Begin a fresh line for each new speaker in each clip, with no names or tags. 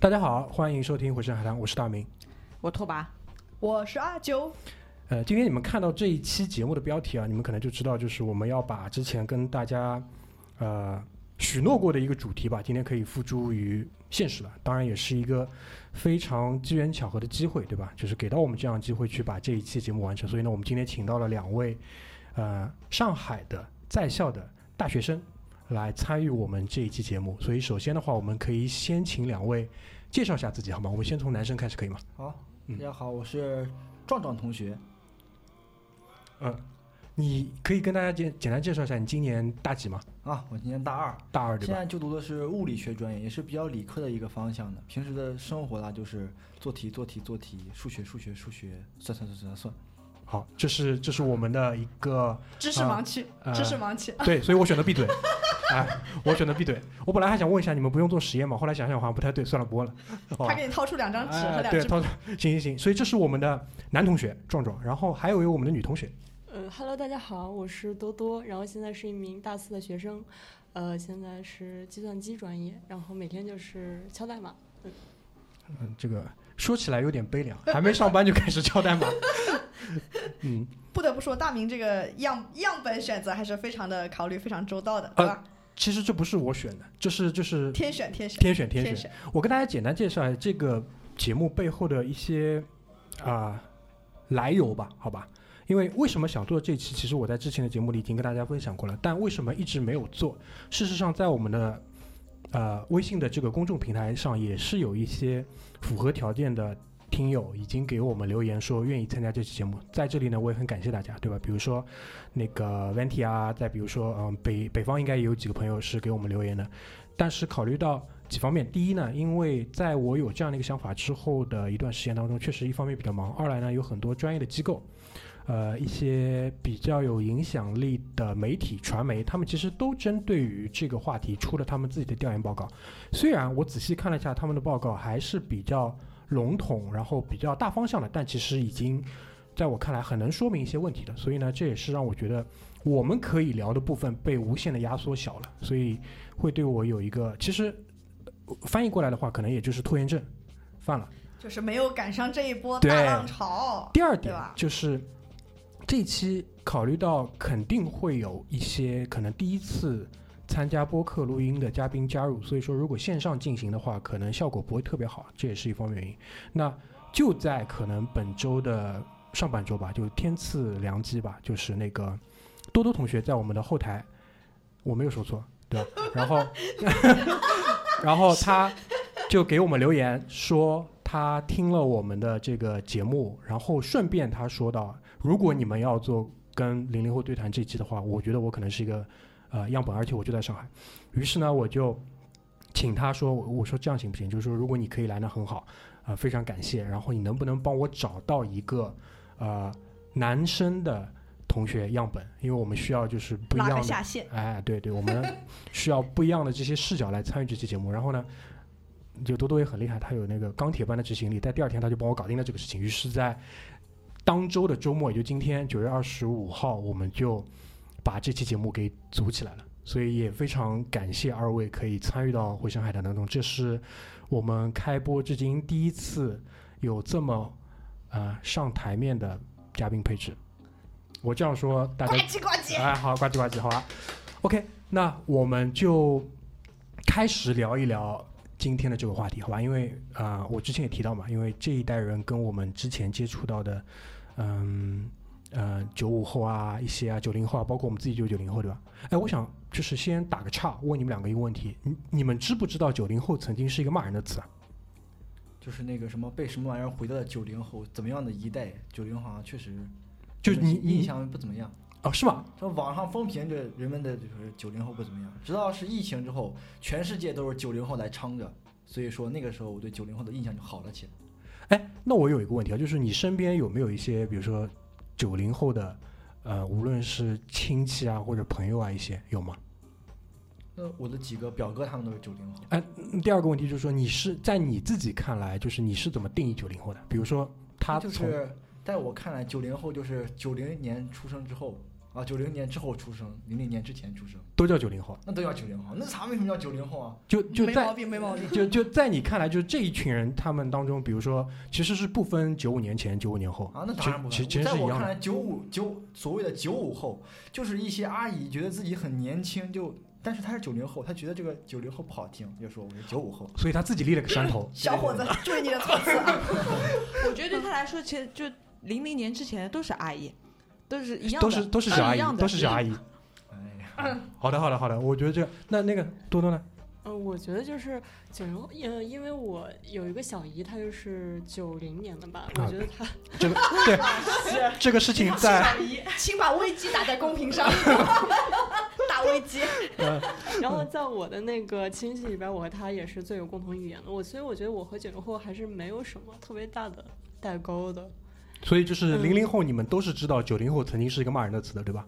大家好，欢迎收听《回声海滩》，我是大明。
我拓跋，
我是阿九，
呃，今天你们看到这一期节目的标题啊，你们可能就知道，就是我们要把之前跟大家呃许诺过的一个主题吧，今天可以付诸于现实了。当然，也是一个非常机缘巧合的机会，对吧？就是给到我们这样的机会去把这一期节目完成。所以呢，我们今天请到了两位呃上海的在校的大学生来参与我们这一期节目。所以，首先的话，我们可以先请两位介绍一下自己，好吗？我们先从男生开始，可以吗？
好，
嗯
大家好，我是壮壮同学。
你可以跟大家简简单介绍一下，你今年大几吗？
啊，我今年大二，
大二对
现
吧？
在就读的是物理学专业，也是比较理科的一个方向的。平时的生活啦，就是做题、做题、做题，数学、数学、数学，算算算算算。
好，这是这是我们的一个
知识盲区，
呃
知识盲区。
对，所以我选择 闭嘴。哎，我选择闭嘴。我本来还想问一下你们不用做实验吗？后来想想好像不太对，算了，不问了。好
他
吧。
给你掏出两张纸和
哎
两
对，
支笔。
他行行行，所以这是我们的男同学壮壮，然后还有一位我们的女同学，
呃哈喽，大家好，我是多多，然后现在是一名大四的学生，呃，现在是计算机专业，然后每天就是敲代码。
嗯，这个说起来有点悲凉，还没上班就开始 敲代码。嗯，
不得不说，大明这个样样本选择还是非常的考虑非常周到
呃
的，对吧？
其实这不是我选的，这是这是
天选天选
天选天选
天。选，
我跟大家简单介绍一下这个节目背后的一些啊、来由吧，好吧？因为为什么想做这期，其实我在之前的节目里已经跟大家分享过了，但为什么一直没有做？事实上，在我们的呃微信的这个公众平台上，也是有一些符合条件的听友已经给我们留言说愿意参加这期节目，在这里呢，我也很感谢大家，对吧？比如说那个 Venti 啊，再比如说嗯、北北方应该也有几个朋友是给我们留言的，但是考虑到几方面，第一呢，因为在我有这样的一个想法之后的一段时间当中，确实一方面比较忙，二来呢有很多专业的机构，呃，一些比较有影响力的媒体、传媒，他们其实都针对于这个话题出了他们自己的调研报告。虽然我仔细看了一下他们的报告，还是比较笼统，然后比较大方向的，但其实已经在我看来很能说明一些问题的。所以呢，这也是让我觉得我们可以聊的部分被无限的压缩小了，所以会对我有一个其实呃翻译过来的话，可能也就是拖延症犯了。
就是没有赶上这一波
对
大浪潮。
第二点
哦对吧
就是这一期考虑到肯定会有一些可能第一次参加播客录音的嘉宾加入，所以说如果线上进行的话，可能效果不会特别好，这也是一方面原因。那就在可能本周的上半周吧，就是天赐良机吧，就是那个多多同学在我们的后台，我没有说错，对吧？然后， 然后他就给我们留言说，他听了我们的这个节目，然后顺便他说到，如果你们要做跟零零后对谈这期的话，我觉得我可能是一个呃样本，而且我就在上海。于是呢，我就请他说，我我说这样行不行？就是说，如果你可以来，那很好，啊、非常感谢。然后你能不能帮我找到一个呃男生的同学样本？因为我们需要就是不一
拉
样
个
的
下线，
哎，对对，我们需要不一样的这些视角来参与这期节目。然后呢，就多多也很厉害，他有那个钢铁般的执行力，在第二天他就帮我搞定了这个事情。于是，在当周的周末，也就今天九月二十五号，我们就把这期节目给组起来了。所以也非常感谢二位可以参与到《回声海滩》当中，这是我们开播至今第一次有这么呃上台面的嘉宾配置。我这样说，大
呱
家
唧呱唧。
哎，好，呱唧呱唧，好吧。OK，那我们就开始聊一聊今天的这个话题，好吧？因为啊、呃我之前也提到嘛，因为这一代人跟我们之前接触到的，嗯呃，九五后啊，一些啊，九零后啊，包括我们自己就是九零后，对吧？哎，我想就是先打个岔，问你们两个一个问题：你你们知不知道九零后曾经是一个骂人的词啊？
就是那个什么被什么玩意儿毁掉的九零后，怎么样的一代？九零好像确实，
就是你
印
你
象不怎么样。
哦，是吗？
这网上风评着人们的就是九零后不怎么样，直到是疫情之后，全世界都是九零后来撑着，所以说那个时候我对九零后的印象就好了起来。
哎，那我有一个问题啊，就是你身边有没有一些，比如说九零后的，呃，无论是亲戚啊或者朋友啊一些有吗？
那我的几个表哥他们都是九零后，
哎，嗯第二个问题就是说，你是在你自己看来，就是你是怎么定义九零后的？比如说他
就
从
是在我看来，九零后就是九零年出生之后啊，九零年之后出生，零零年之前出生，
都叫九零后，
那都叫九零后。那他为什么叫九零后啊？
就就
没
在
毛病，没毛病。，
就就在你看来，就是这一群人他们当中，比如说其实是不分九五年前、九五年后
啊，那当然不
其
是。
其其实
在
是一
我
样
看
的。
来，九五九所谓的九五后，就是一些阿姨觉得自己很年轻，就但是她是九零后，她觉得这个九零后不好听，就说我是九五后。
所以他自己立了个山头
小伙子，注意你的 措辞啊！
我觉得对他来说，其实就零零年之前都是阿姨，都是一样的，
都是都是小阿
一样
姨，
的
都是小阿姨。
哎呀，
好的，好的，好的，我觉得这那那个多多呢？
嗯、我觉得就是九零，呃，因为我有一个小姨，她就是九零年的吧，我
啊
觉得她
这个对这个事情
啊
在
请把危机打在公屏 上，打危机。
呃
然后在我的那个亲戚里边，我和他也是最有共同语言的。我所以我觉得我和九零后还是没有什么特别大的代沟的。
所以就是
嗯
零零后，你们都是知道九零后曾经是一个骂人的词的，对吧？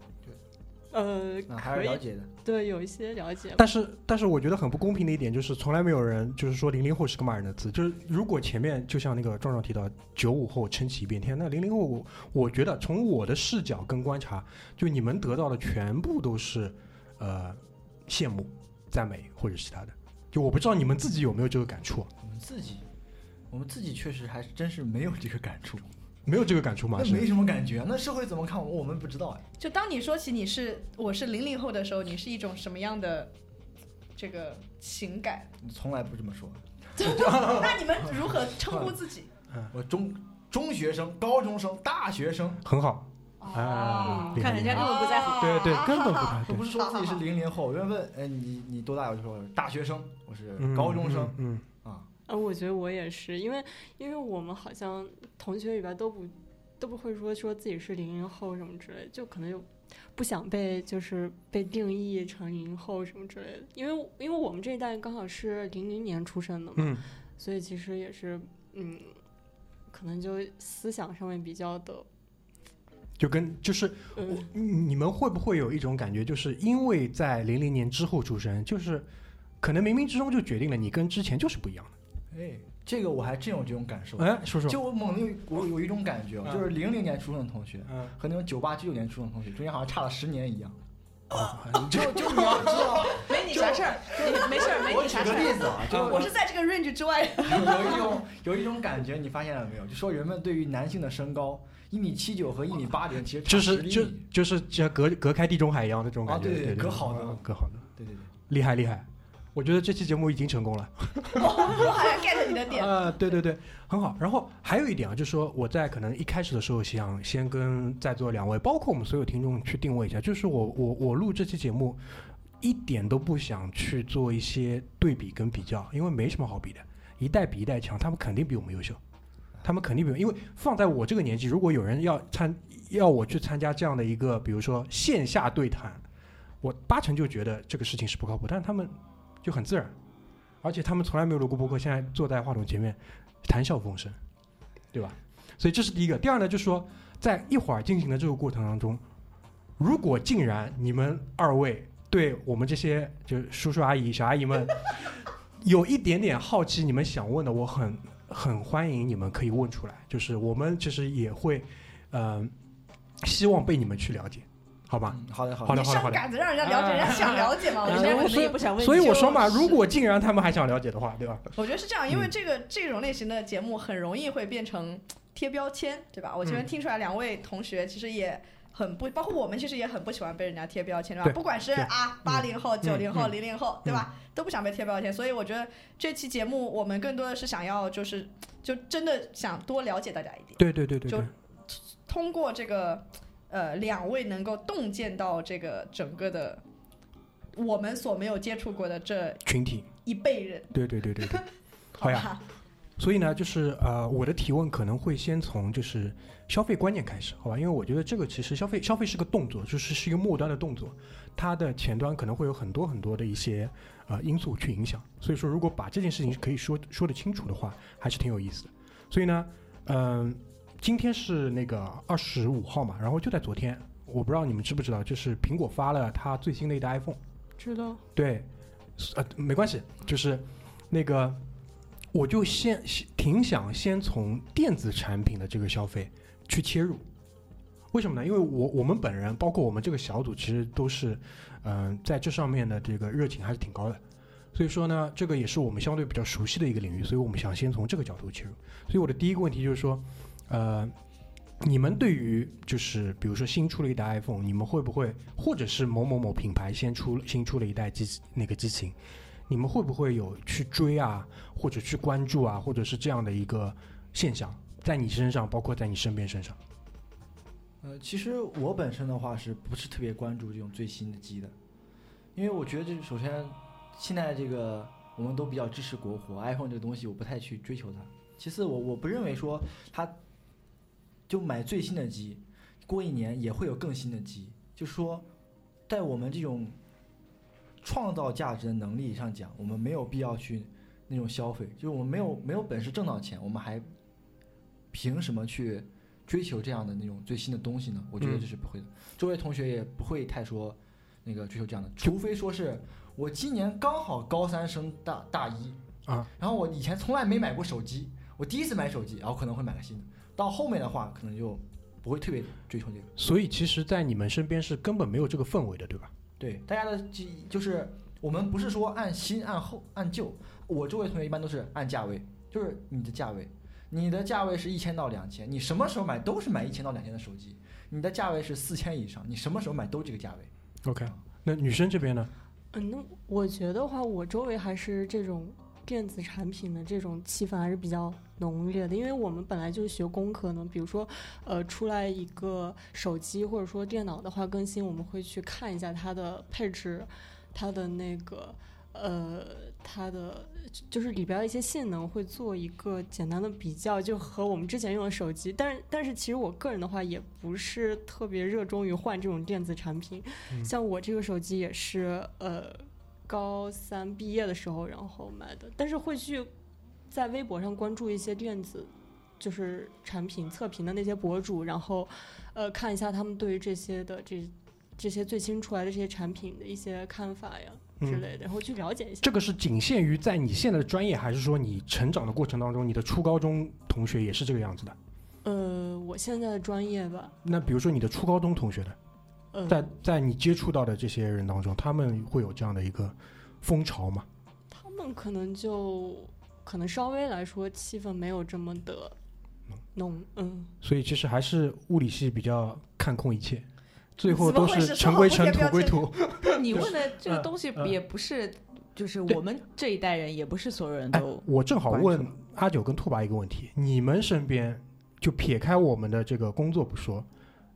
呃，
那还
可
是了
以，
解的。
对，有一些了解。
但是，但是我觉得很不公平的一点就是，从来没有人就是说零零后是个骂人的词。就是如果前面就像那个壮壮提到，九五后撑起一片天，那零零后我我觉得从我的视角跟观察，就你们得到的全部都是呃羡慕、赞美或者其他的。就我不知道你们自己有没有这个感触啊，
我们自己，我们自己确实还是真是没有这个感触，
没有这个感触吗？
那
是
没什么感觉。那社会怎么看我们，我们不知道哎。
就当你说起你是我是零零后的时候，你是一种什么样的这个情感？
从来不这么说。
那你们如何称呼自己？
我中中学生、高中生、大学生，
很好
哦
啊，哦
看人家根本不在乎。
对对，根本不太
啊
我
对
不是说自己是零零后，有人问，哎，你你多大？我就说我是大学生，我是
嗯
高中生
嗯，嗯
啊。
呃，我觉得我也是，因为因为我们好像同学里边都不都不会说说自己是零零后什么之类的，就可能有不想被就是被定义成零零后什么之类的。因为因为我们这一代刚好是零零年出生的嘛，
嗯
所以其实也是嗯，可能就思想上面比较的
就跟就是我
嗯。
你你们会不会有一种感觉，就是因为在零零年之后出生，就是可能冥冥之中就决定了你跟之前就是不一样
哎，这个我还真有这种感受
的。。嗯哎，叔叔，
就我猛地有我有一种感觉，
嗯
就是零零年出生的同学
嗯，
和那种九八九九年出生的同学中间好像差了十年一样。
啊
就就你要知 道，
没你啥事儿，你没事儿，没
我
你
举
啥事
个
儿。
例子啊，就
我是在这个 range 之外，
有有一种有一种感觉，你发现了没有？就说人们对于男性的身高一米七九和一米八零其实差
就是
10厘
就
米
就是就隔隔开地中海一样的这种
啊
感觉，
对
对
对隔好的
嗯隔好的，
对对对，
厉害厉害，我觉得这期节目已经成功了。
我好像 get 你的点。
啊、对对对，很好。然后还有一点啊，就是说我在可能一开始的时候想先跟在座两位，包括我们所有听众去定位一下，就是我我我录这期节目一点都不想去做一些对比跟比较，因为没什么好比的，一代比一代强，他们肯定比我们优秀。他们肯定比我，因为放在我这个年纪，如果有人要参要我去参加这样的一个，比如说线下对谈，我八成就觉得这个事情是不靠谱，但是他们就很自然，而且他们从来没有录过播客，现在坐在话筒前面谈笑风生，对吧？所以这是第一个。第二呢，就是说在一会儿进行的这个过程当中，如果竟然你们二位对我们这些就是叔叔阿姨、小阿姨 们有一点点好奇，你们想问的，我很很欢迎你们可以问出来，就是我们其实也会，嗯、希望被你们去了解，好吧？
嗯好的好
好
的。
你
的好的
上
好的。
杆子让人家了解，人家想了解
哎呃
嘛。我觉
人家
得
可
我
能也不想问你。
所以我说嘛，
嗯就是
如果竟然他们还想了解的话，对吧？
我觉得是这样，因为
嗯
这个、这种类型的节目很容易会变成贴标签，对吧？我
嗯
前面听出来两位同学其实也很不，包括我们其实也很不喜欢被人家贴标签，对吧？
对
不管是
对
啊八零后、
嗯
九零后、
嗯
零零后，对吧？都不想被贴标签，所以我觉得这期节目我们更多的是想要就是就真的想多了解大家一点，
对对对对
就
对，
通过这个呃两位能够洞见到这个整个的我们所没有接触过的这
群体，
一辈人，
对对对对对。好
吧？
呀，所以呢，就是呃，我的提问可能会先从就是消费观念开始，好吧？因为我觉得这个其实消费消费是个动作，就是是一个末端的动作，它的前端可能会有很多很多的一些呃因素去影响。所以说，如果把这件事情可以说说得清楚的话，还是挺有意思的。所以呢，嗯、今天是那个二十五号嘛，然后就在昨天，我不知道你们知不知道，就是苹果发了它最新的一代 iPhone。
知道，
对，呃，没关系，就是那个，我就先挺想先从电子产品的这个消费去切入。为什么呢？因为我我们本人，包括我们这个小组，其实都是，嗯、在这上面的这个热情还是挺高的。所以说呢，这个也是我们相对比较熟悉的一个领域，所以我们想先从这个角度切入。所以我的第一个问题就是说，呃，你们对于就是比如说新出了一代 iPhone，你们会不会，或者是某某某品牌先出新出了一代机那个机型，你们会不会有去追啊，或者去关注啊，或者是这样的一个现象，在你身上，包括在你身边身上？
呃，其实我本身的话是不是特别关注这种最新的机的，因为我觉得这首先现在这个我们都比较支持国货，iPhone 这个东西我不太去追求它。其次我，我不认为说它就买最新的机，过一年也会有更新的机，就是说在我们这种创造价值的能力上讲，我们没有必要去那种消费，就是我们
嗯
没有没有本事挣到钱，我们还凭什么去？追求这样的那种最新的东西呢？我觉得
嗯
这是不会的。周围同学也不会太说那个追求这样的，除非说是我今年刚好高三升大大一
啊，
然后我以前从来没买过手机，我第一次买手机，然后可能会买个新的。到后面的话，可能就不会特别追求这个。
所以其实，在你们身边是根本没有这个氛围的，对吧？
对，大家的记忆就是我们不是说按新按后按旧，我周围同学一般都是按价位，就是你的价位，你的价位是一千到两千，你什么时候买都是买一千到两千的手机，你的价位是四千以上，你什么时候买都这个价位。啊
OK，那女生这边呢？
嗯，那我觉得话，我周围还是这种电子产品的这种气氛还是比较浓烈的，因为我们本来就是学工科呢。比如说，呃，出来一个手机或者说电脑的话更新，我们会去看一下它的配置，它的那个。呃，它的就是里边的一些性能会做一个简单的比较，就和我们之前用的手机，但是但是其实我个人的话也不是特别热衷于换这种电子产品，像我这个手机也是呃高三毕业的时候然后买的，但是会去在微博上关注一些电子就是产品测评的那些博主，然后呃看一下他们对于这些的这这些最新出来的这些产品的一些看法呀之类的，然后去了解一下。
嗯这个是仅限于在你现在的专业，还是说你成长的过程当中，你的初高中同学也是这个样子的？
呃，我现在的专业吧，
那比如说你的初高中同学呢，
嗯
呃，
在在你接触到的这些人当中，他们会有这样的一个风潮吗？
他们可能就可能稍微来说气氛没有这么的浓，嗯。
所以其实还是物理系比较看空一切，最后都
怎么回
是
事
尘归尘，
这
土
好不
归
贴
土。
你问的这个
嗯
东西
嗯
也不是，就是
对
我们这一代人，也不是所有人
哎
都，
我正好
关注
问阿九跟兔爸一个问题：你们身边就撇开我们的这个工作不说，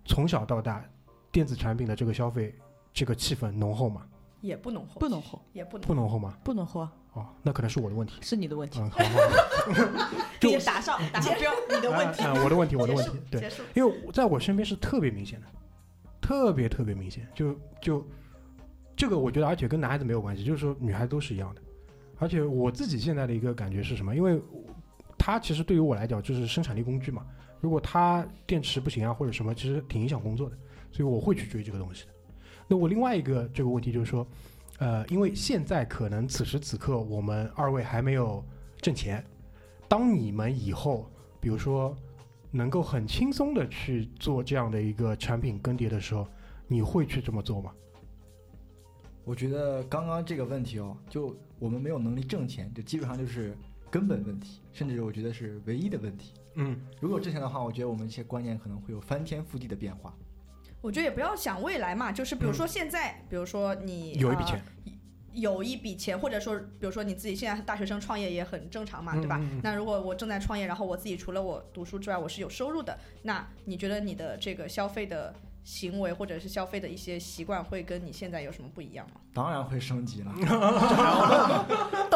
从小到大，电子产品的这个消费这个气氛浓厚吗？
也不浓厚，
不浓厚，
也不浓
不
厚，
浓厚吗？
不浓厚啊，
哦，那可能是我的问题。
是你的问题。
嗯，好好好，就
也打上打上标， 你的问题，
啊啊我的问题，我的
结
问
束
题，对，
结束。
因为我在我身边是特别明显的，特别特别明显，就就这个我觉得，而且跟男孩子没有关系，就是说女孩子都是一样的。而且我自己现在的一个感觉是什么？因为它其实对于我来讲就是生产力工具嘛，如果它电池不行啊或者什么，其实挺影响工作的，所以我会去追这个东西的。那我另外一个这个问题就是说，呃，因为现在可能此时此刻我们二位还没有挣钱，当你们以后比如说能够很轻松的去做这样的一个产品更迭的时候，你会去这么做吗？
我觉得刚刚这个问题哦，就我们没有能力挣钱，就基本上就是根本问题，甚至我觉得是唯一的问题。
嗯，
如果挣钱的话，我觉得我们一些观念可能会有翻天覆地的变化。
我觉得也不要想未来嘛，就是比如
嗯
说现在，比如说你
有一笔
呃
钱，
有一笔钱，或者说，比如说你自己现在大学生创业也很正常嘛，对吧？
嗯嗯嗯
那如果我正在创业，然后我自己除了我读书之外，我是有收入的，那你觉得你的这个消费的行为或者是消费的一些习惯会跟你现在有什么不一样吗？
当然会升级了，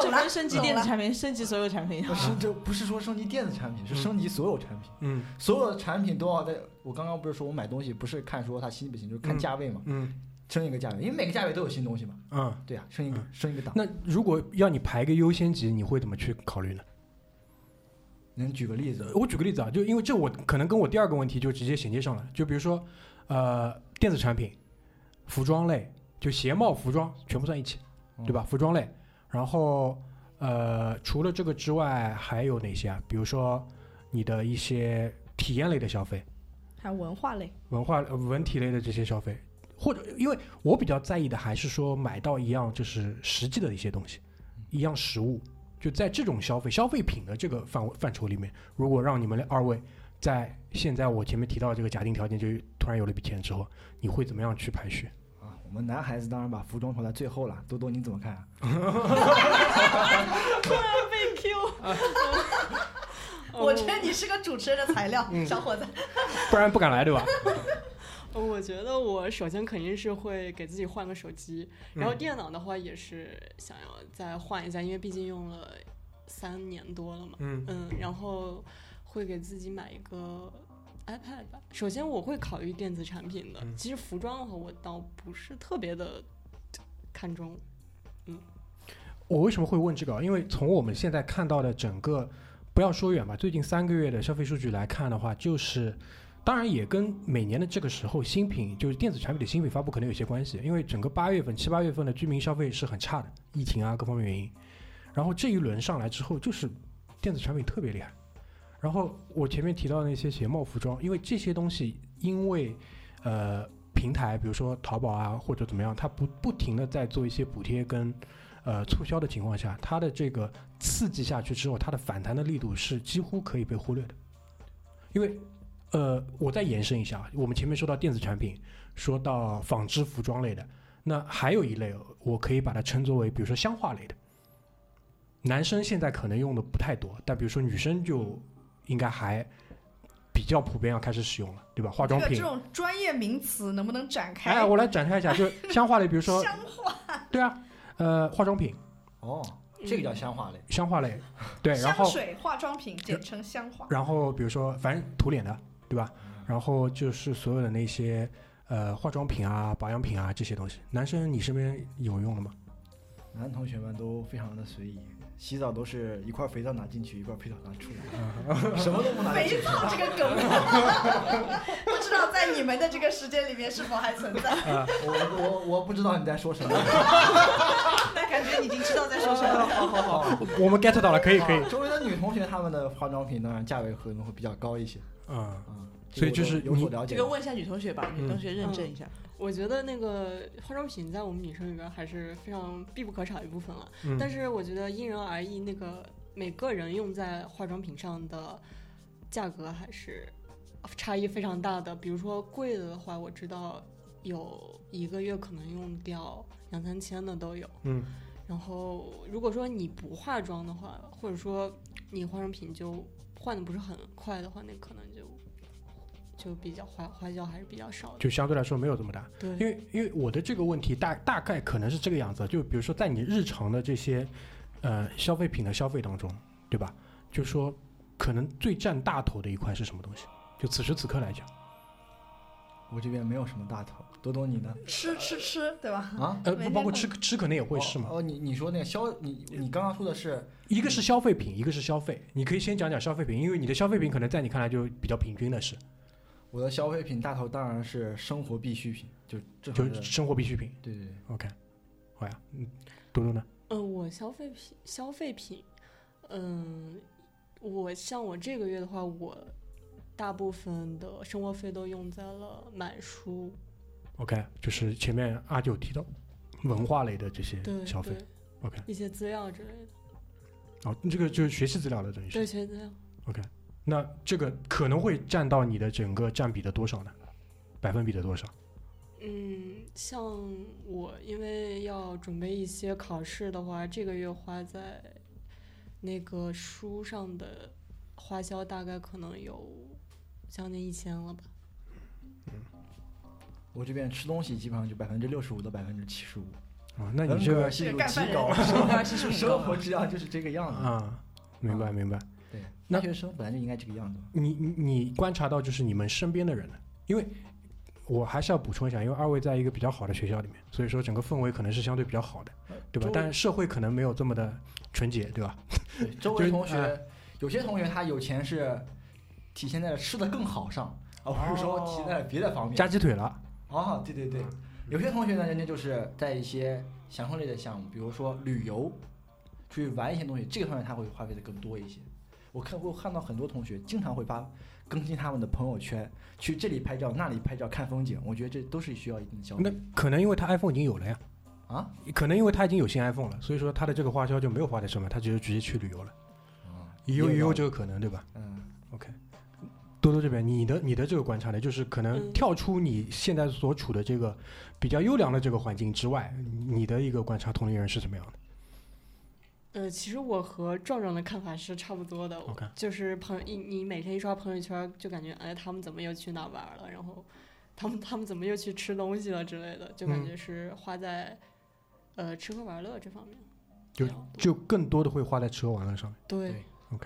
这跟升级
懂
电子
了
产品，升级所有产品一样
不是这不是说升级电子产品，是升级所有产品，
嗯
所有的产品都要在。我刚刚不是说我买东西不是看说它新不新，就是看价位嘛，
嗯
升一个价位，因为每个价位都有新东西嘛。
嗯。
对呀、啊升一个升一个档。
那如果要你排个优先级，你会怎么去考虑呢？
能举个例子？
我举个例子啊，就因为这我可能跟我第二个问题就直接衔接上了，就比如说，呃，电子产品、服装类，就鞋帽、服装全部算一起，对吧？服装类，然后呃，除了这个之外还有哪些啊？比如说你的一些体验类的消费，
还有文化类，
文化呃文体类的这些消费，或者因为我比较在意的还是说买到一样就是实际的一些东西，一样实物，就在这种消费消费品的这个范围范畴里面，如果让你们二位在现在我前面提到的这个假定条件，就突然有了一笔钱之后，你会怎么样去排序？
啊，我们男孩子当然把服装排在最后了。多多你怎么看啊？
被 Q。
哦
我觉得你是个主持人的材料，
嗯
小伙子。
不然不敢来对吧？
呃我觉得我首先肯定是会给自己换个手机，
嗯
然后电脑的话也是想要再换一下，因为毕竟用了三年多了嘛。
嗯
嗯，然后会给自己买一个 iPad 吧。首先我会考虑电子产品的，
嗯
其实服装的话我倒不是特别的看重。
我为什么会问这个啊？因为从我们现在看到的整个，不要说远吧，最近三个月的消费数据来看的话，就是，当然也跟每年的这个时候新品，就是电子产品的新品发布可能有些关系。因为整个八月份、七八月份的居民消费是很差的，疫情啊各方面原因。然后这一轮上来之后，就是电子产品特别厉害。然后我前面提到的那些鞋帽、服装，因为这些东西，因为呃平台，比如说淘宝啊或者怎么样，它不不停的在做一些补贴跟呃促销的情况下，它的这个刺激下去之后，它的反弹的力度是几乎可以被忽略的。因为，呃，我再延伸一下，我们前面说到电子产品，说到纺织服装类的，那还有一类，我可以把它称作为，比如说香化类的。男生现在可能用的不太多，但比如说女生就应该还比较普遍要开始使用了，对吧？化妆
这个
品
这，种专业名词能不能展开？
哎，我来展开一下，就 香化类，比如说，
香化
对啊，呃，化妆品、
哦，
嗯
这个叫香化类。
香化类，对，然后
香水、化妆品，简称香化。
然后比如说反正涂脸的，对吧？然后就是所有的那些呃化妆品啊、保养品啊这些东西，男生你身边有用的吗？
男同学们都非常的随意，洗澡都是一块肥皂拿进去，一块肥皂拿出来， 什么都不拿进
肥
去。
皂这个 梗，不知道在你们的这个时间里面是否还存在？
我我我不知道你在说什 么。
但感觉你已经知道在说什
哦
么了。
好好好，
我们 get 到了，可以可以
啊，周围的女同学她们的化妆品当然价位可能会比较高一些
嗯，
啊，
所以就是
这个我有
你
所了解
这
的。
个问一下女同学吧，女同学认证一下。
嗯
我觉得那个化妆品在我们女生里边还是非常必不可少一部分了，
嗯
但是我觉得因人而异，那个每个人用在化妆品上的价格还是差异非常大的。比如说贵的的话，我知道有一个月可能用掉两三千的都有。
嗯，
然后如果说你不化妆的话，或者说你化妆品就换的不是很快的话，那可能就就比较花花销还是比较少的。
就相对来说没有这么大，
对，
因为因为我的这个问题大大概可能是这个样子，就比如说在你日常的这些呃消费品的消费当中，对吧？就说可能最占大头的一块是什么东西？就此时此刻来讲，
我这边没有什么大头，多多你呢？
吃吃吃，对吧？
啊，
呃，
没
不包括
见
吃吃可能也会是嘛
哦，哦，你你说那个消，你你刚刚说的是
一个是消费品，一个是消费。你可以先讲讲消费品，因为你的消费品可能在你看来就比较平均的是，
我的消费品大头当然是生活必需品，就正好
就是是生活必需品。
对对对，
OK，好呀，嗯，多多呢？
呃，我消费品消费品，嗯、我像我这个月的话，我大部分的生活费都用在了买书，
OK，就是前面阿九提到文化类的这些
对
消费
对
OK
一些资料之类的，
哦，这个就是学习资料了，等于
对
是。
学资料，
那这个可能会占到你的整个占比的多少呢？百分比的多少？
嗯，像我因为要准备一些考试的话，这个月花在那个书上的花销大概可能有将近一千了吧。
我这边吃东西基本上就百分之六十五到百分之七十五。
啊、那你这
文革
个
系
这
数
个干
极
饭
高，
生活其实
生活质量 就是这个样子。
啊，明白明白。
对，
那
大学生本来就应该这个样子嘛。
你你你观察到就是你们身边的人呢？因为我还是要补充一下，因为二位在一个比较好的学校里面，所以说整个氛围可能是相对比较好的，对吧
周？
但是社会可能没有这么的纯洁，对吧？
对，周
就
围
是
同学
哎，
有些同学他有钱是体现在了吃的更好上，而不是说体现在了别的方面。
夹鸡腿了，
啊，对对对，有些同学呢，人家就是在一些享受类的项目，比如说旅游，出去玩一些东西，这个方面他会花费的更多一些。我看我看到很多同学经常会发更新他们的朋友圈，去这里拍照，那里拍照，看风景。我觉得这都是需要一定的消
那
费
可能因为他 iPhone 已经有了呀，
啊。
可能因为他已经有新 iPhone 了，所以说他的这个花销就没有花在上面，他只是直接去旅游了，也有
哦也
也
有
有
道
这个可能，对吧？
嗯，
多多这边，你的你的这个观察呢，就是可能
嗯
跳出你现在所处的这个比较优良的这个环境之外，你的一个观察同龄人是什么样的？
呃，其实我和壮壮的看法是差不多的
OK
就是朋友一你每天一刷朋友圈，就感觉哎，他们怎么又去哪玩了？然后他们他们怎么又去吃东西了之类的，就感
嗯
觉是花在、呃吃喝玩乐这方面
就
比较多
就更多的会花在吃喝玩乐上面。
对
对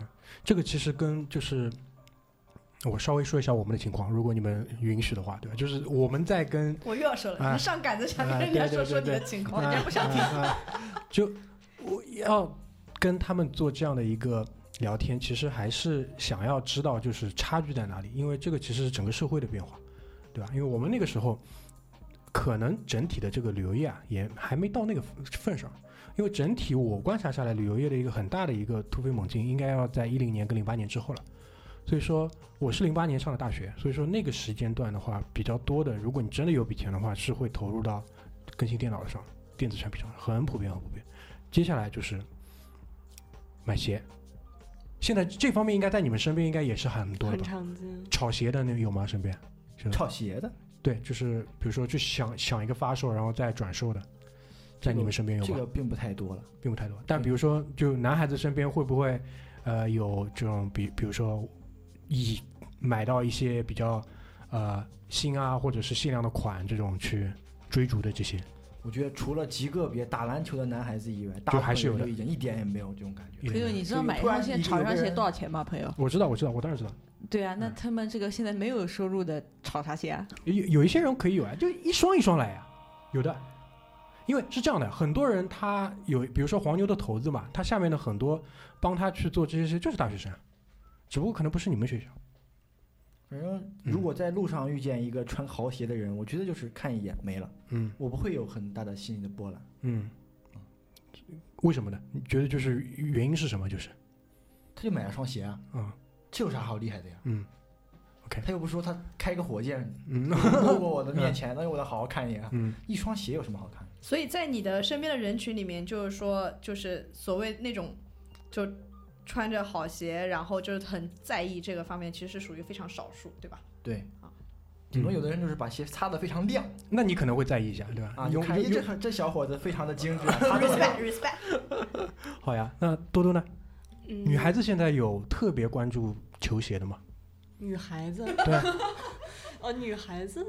这个其实跟就是我稍微说一下我们的情况，如果你们允许的话，对吧？就是我们在跟
我又要说了，
啊
你上赶着想
啊
跟人家
对对
说说你
对对
的情况，人
啊
家不想听。
啊啊就我要跟他们做这样的一个聊天，其实还是想要知道就是差距在哪里，因为这个其实是整个社会的变化，对吧？因为我们那个时候，可能整体的这个旅游业啊，也还没到那个份上。因为整体我观察下来，旅游业的一个很大的一个突飞猛进，应该要在一零年跟零八年之后了。所以说，我是零八年上的大学，所以说那个时间段的话，比较多的，如果你真的有笔钱的话，是会投入到更新电脑上。电子产品上很普遍，很普遍。接下来就是买鞋，现在这方面应该在你们身边应该也是很多的
很
吧？
常见。
炒鞋的那个有吗？身边？
炒鞋的
对，就是比如说去想想一个发售，然后再转售的，在你们身边有吗？
这个并不太多了。
并不太多。但比如说，就男孩子身边会不会，呃，有这种比，比如说，以买到一些比较呃新啊，或者是限量的款这种去追逐的这些，
我觉得除了极个别打篮球的男孩子以外，大
就
部
还
分
是有
人
的
都已经一点也没有这种感觉。
有
朋友，
没有
你知道
所以
买一
突然
双现
一
在
个
潮商鞋
人
多少钱吗？朋友，
我知道，我知道，我当然知道。
对啊，那
嗯
他们这个现在没有收入的炒啥鞋啊？
有有一些人可以有啊，就一双一双来呀、有的。因为是这样的，很多人他有，比如说黄牛的投资嘛，他下面的很多帮他去做这些事就是大学生，啊只不过可能不是你们学校。嗯
反正如果在路上遇见一个穿豪鞋的人，我觉得就是看一眼没了，
嗯
我不会有很大的心理的波澜。
嗯，为什么呢？你觉得就是原因是什么？就是
他就买了双鞋啊，
啊
这有啥好厉害的呀？
嗯
他又不是说他开个火箭
嗯
路过我的面前，那我得好好看一眼啊。
嗯
一双鞋有什么好看？
所以在你的身边的人群里面，就是说，就是所谓那种，就穿着好鞋，然后就是很在意这个方面，其实是属于非常少数，对吧？
对
啊，
顶多有的人就是把鞋擦得非常亮
那你可能会在意一下，对吧？
啊，就
有
看
有
哎这
有
很这小伙子非常的精致啊，擦得亮。
respect respect，
好呀。那多多呢？
嗯，
女孩子现在有特别关注球鞋的吗？
女孩子，
对，
呃，女孩子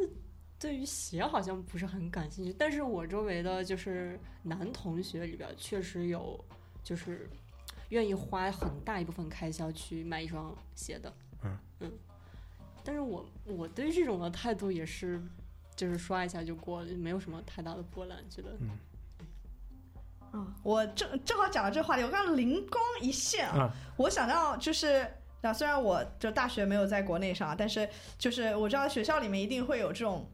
对于鞋好像不是很感兴趣，但是我周围的就是男同学里边儿确实有，就是愿意花很大一部分开销去买一双鞋的，
嗯
但是我我对这种的态度也是，就是刷一下就过了，没有什么太大的波澜，觉
嗯
得
啊，我正正好讲到这个话题，我刚刚灵光一现啊，
啊
我想到就是。啊，虽然我就大学没有在国内上啊，但是就是我知道学校里面一定会有这种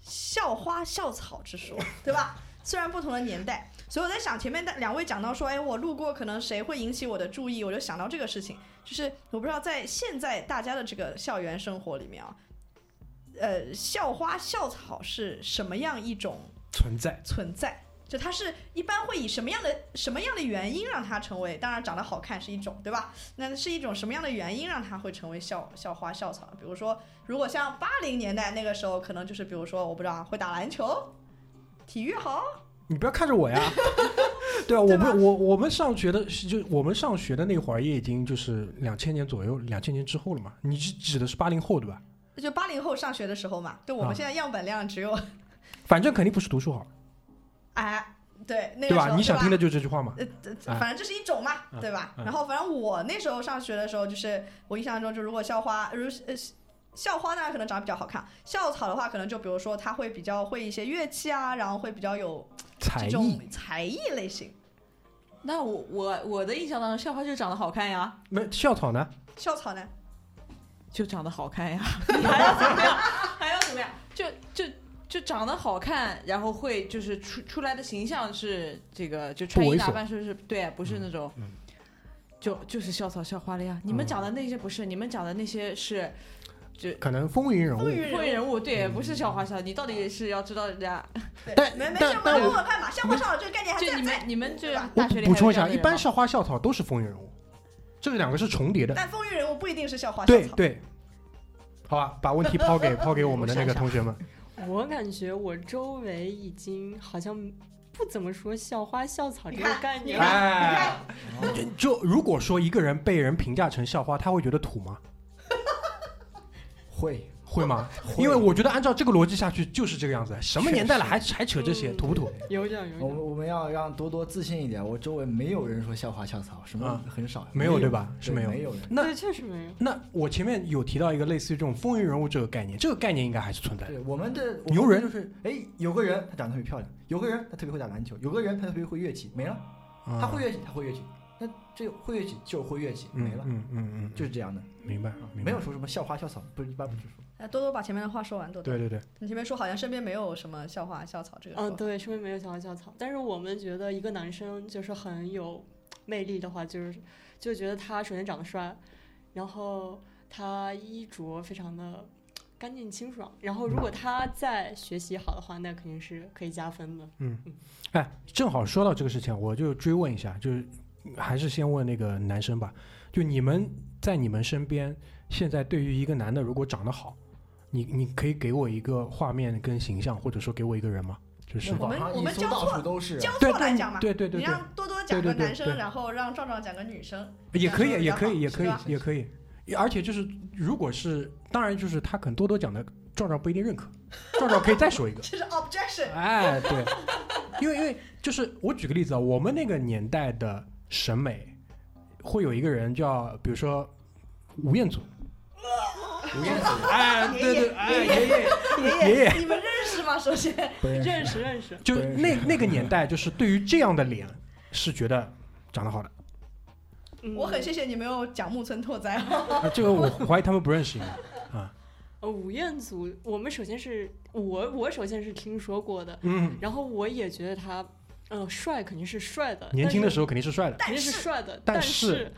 校花校草之说， 对吧？虽然不同的年代，所以我在想前面的两位讲到说，哎，我路过可能谁会引起我的注意，我就想到这个事情，就是我不知道在现在大家的这个校园生活里面啊，呃，校花校草是什么样一种
存在。
存在，就它是一般会以什么样的什么样的原因让它成为？当然长得好看是一种，对吧？那是一种什么样的原因让它会成为校校花校草？比如说，如果像八零年代那个时候，可能就是比如说我不知道啊会打篮球，体育好，
你不要看着 我呀，对啊，我
对吧
们我我们上学的是就我们上学的那会儿也已经就是两千年左右，两千年之后了嘛。你是指的是八零后对吧？
就八零后上学的时候嘛，就我们
啊
现在样本量只有、
反正肯定不是读书好，
哎，对那个
对
时候
吧？你想
吧
听的就是这句话嘛。
呃，这
啊
反正这是一种嘛，
啊
对吧？
啊
然后反正我那时候上学的时候，就是我印象中，就如果校花，如呃校花当然可能长得比较好看，校草的话可能就比如说她会比较会一些乐器啊，然后会比较有
才
这
艺
种才艺类型。
那我我我的印象当中，校花就长得好看呀，
没校草呢？
校草呢？
就长得好看呀，你还要怎么样？还要怎么样？就就就长得好看，然后会就是出出来的形象是这个，就穿
不
衣
猥
打
琐嗯
扮是不是对，不是那种。就就是校草校花了呀。你
嗯
们讲的那些不是，你们讲的那些是
可能风云人物
风，云
风云
人物。
人物，对，
嗯
不是校花校，你到底是要知道人家，
对
但
没没
但
事，我
但
问
我
问看吧，校花校草这个概
哎
念还
就
在
你
不
们
在？
你们就
对吧
大学里
补
还有
充一
这样
下，
的
一
人吗
般校花校草都是风云人物，这两个是重叠的。
但风云人物不一定是校花校
对
草。
对，好吧，把问题抛给抛给我们的那个同学 们。
我感觉我周围已经好像不怎么说校花校草这
你
个
看
概
你
念
看
了。
哎，
就如果说一个人被人评价成校花，他会觉得土吗？
会
会吗？
会
因为我觉得按照这个逻辑下去就是这个样子，什么年代了
确实
还还扯这些，
嗯
土不土？
有点有
我
哦
点
们，我们要让多多自信一点。我周围没有人说校花校草，什么
啊
很少，
没有对吧是没
没
有
没有人。
那
对，确实没有。
那我前面有提到一个类似于这种风云人物这个概念，这个概念应该还是存在的。
对，我们的
牛
我们
人
就是，哎，有个人她长得特别漂亮，有个人她特别会打篮球，有个人她特别会乐器，没了。
啊
她会乐器，她会乐器，那这会乐器就是会乐器，
嗯
没了，
嗯嗯嗯，
就是这样的，
明白
啊，
明
没
白
有。说什么校花校草，不是一般不是说。
哎多多把前面的话说完，多多。
对对对，
你前面说好像身边没有什么校花校草这个说
嗯，
法。
对，身边没有校花校草，但是我们觉得一个男生就是很有魅力的话，就是就觉得他首先长得帅，然后他衣着非常的干净清爽，然后如果他再学习好的话，那肯定是可以加分的。
哎，正好说到这个事情，我就追问一下，就是还是先问那个男生吧，就你们在你们身边，现在对于一个男的如果长得好，你你可以给我一个画面跟形象，或者说给我一个人吗？就是
那
我
网
们
上
我
一
们
搜
交
到
错
处都是，
交
对
错来讲嘛，
对对对
你
对，
让多多讲个
对对对
男
对
生，然后让壮壮讲个女生。
也可以，
这
也
样
可
说
以，
比
也
较
可以
好，
也可以。而且就是，如果是，当然就是他可能多多讲的，壮壮不一定认可，壮壮可以再说一个。
这是 objection，
哎，对，因为因为就是我举个例子啊，我们那个年代的审美，会有一个人叫，比如说吴彦祖，
吴彦 祖
哎，对对，哎，爷爷，
爷
爷爷
你们认识吗？首先，
不认识
认识认识，
就那那个年代，就是对于这样的脸是觉得长得好的，
嗯、
我很谢谢你没有讲木村拓哉，
啊这个我怀疑他们不认识应该啊，
呃吴彦祖，我们首先是我我首先是听说过的，
嗯，
然后我也觉得他，嗯、帅肯定是帅的，
年轻的
但是
时候肯定是帅的，
肯定是帅的，
但
但
是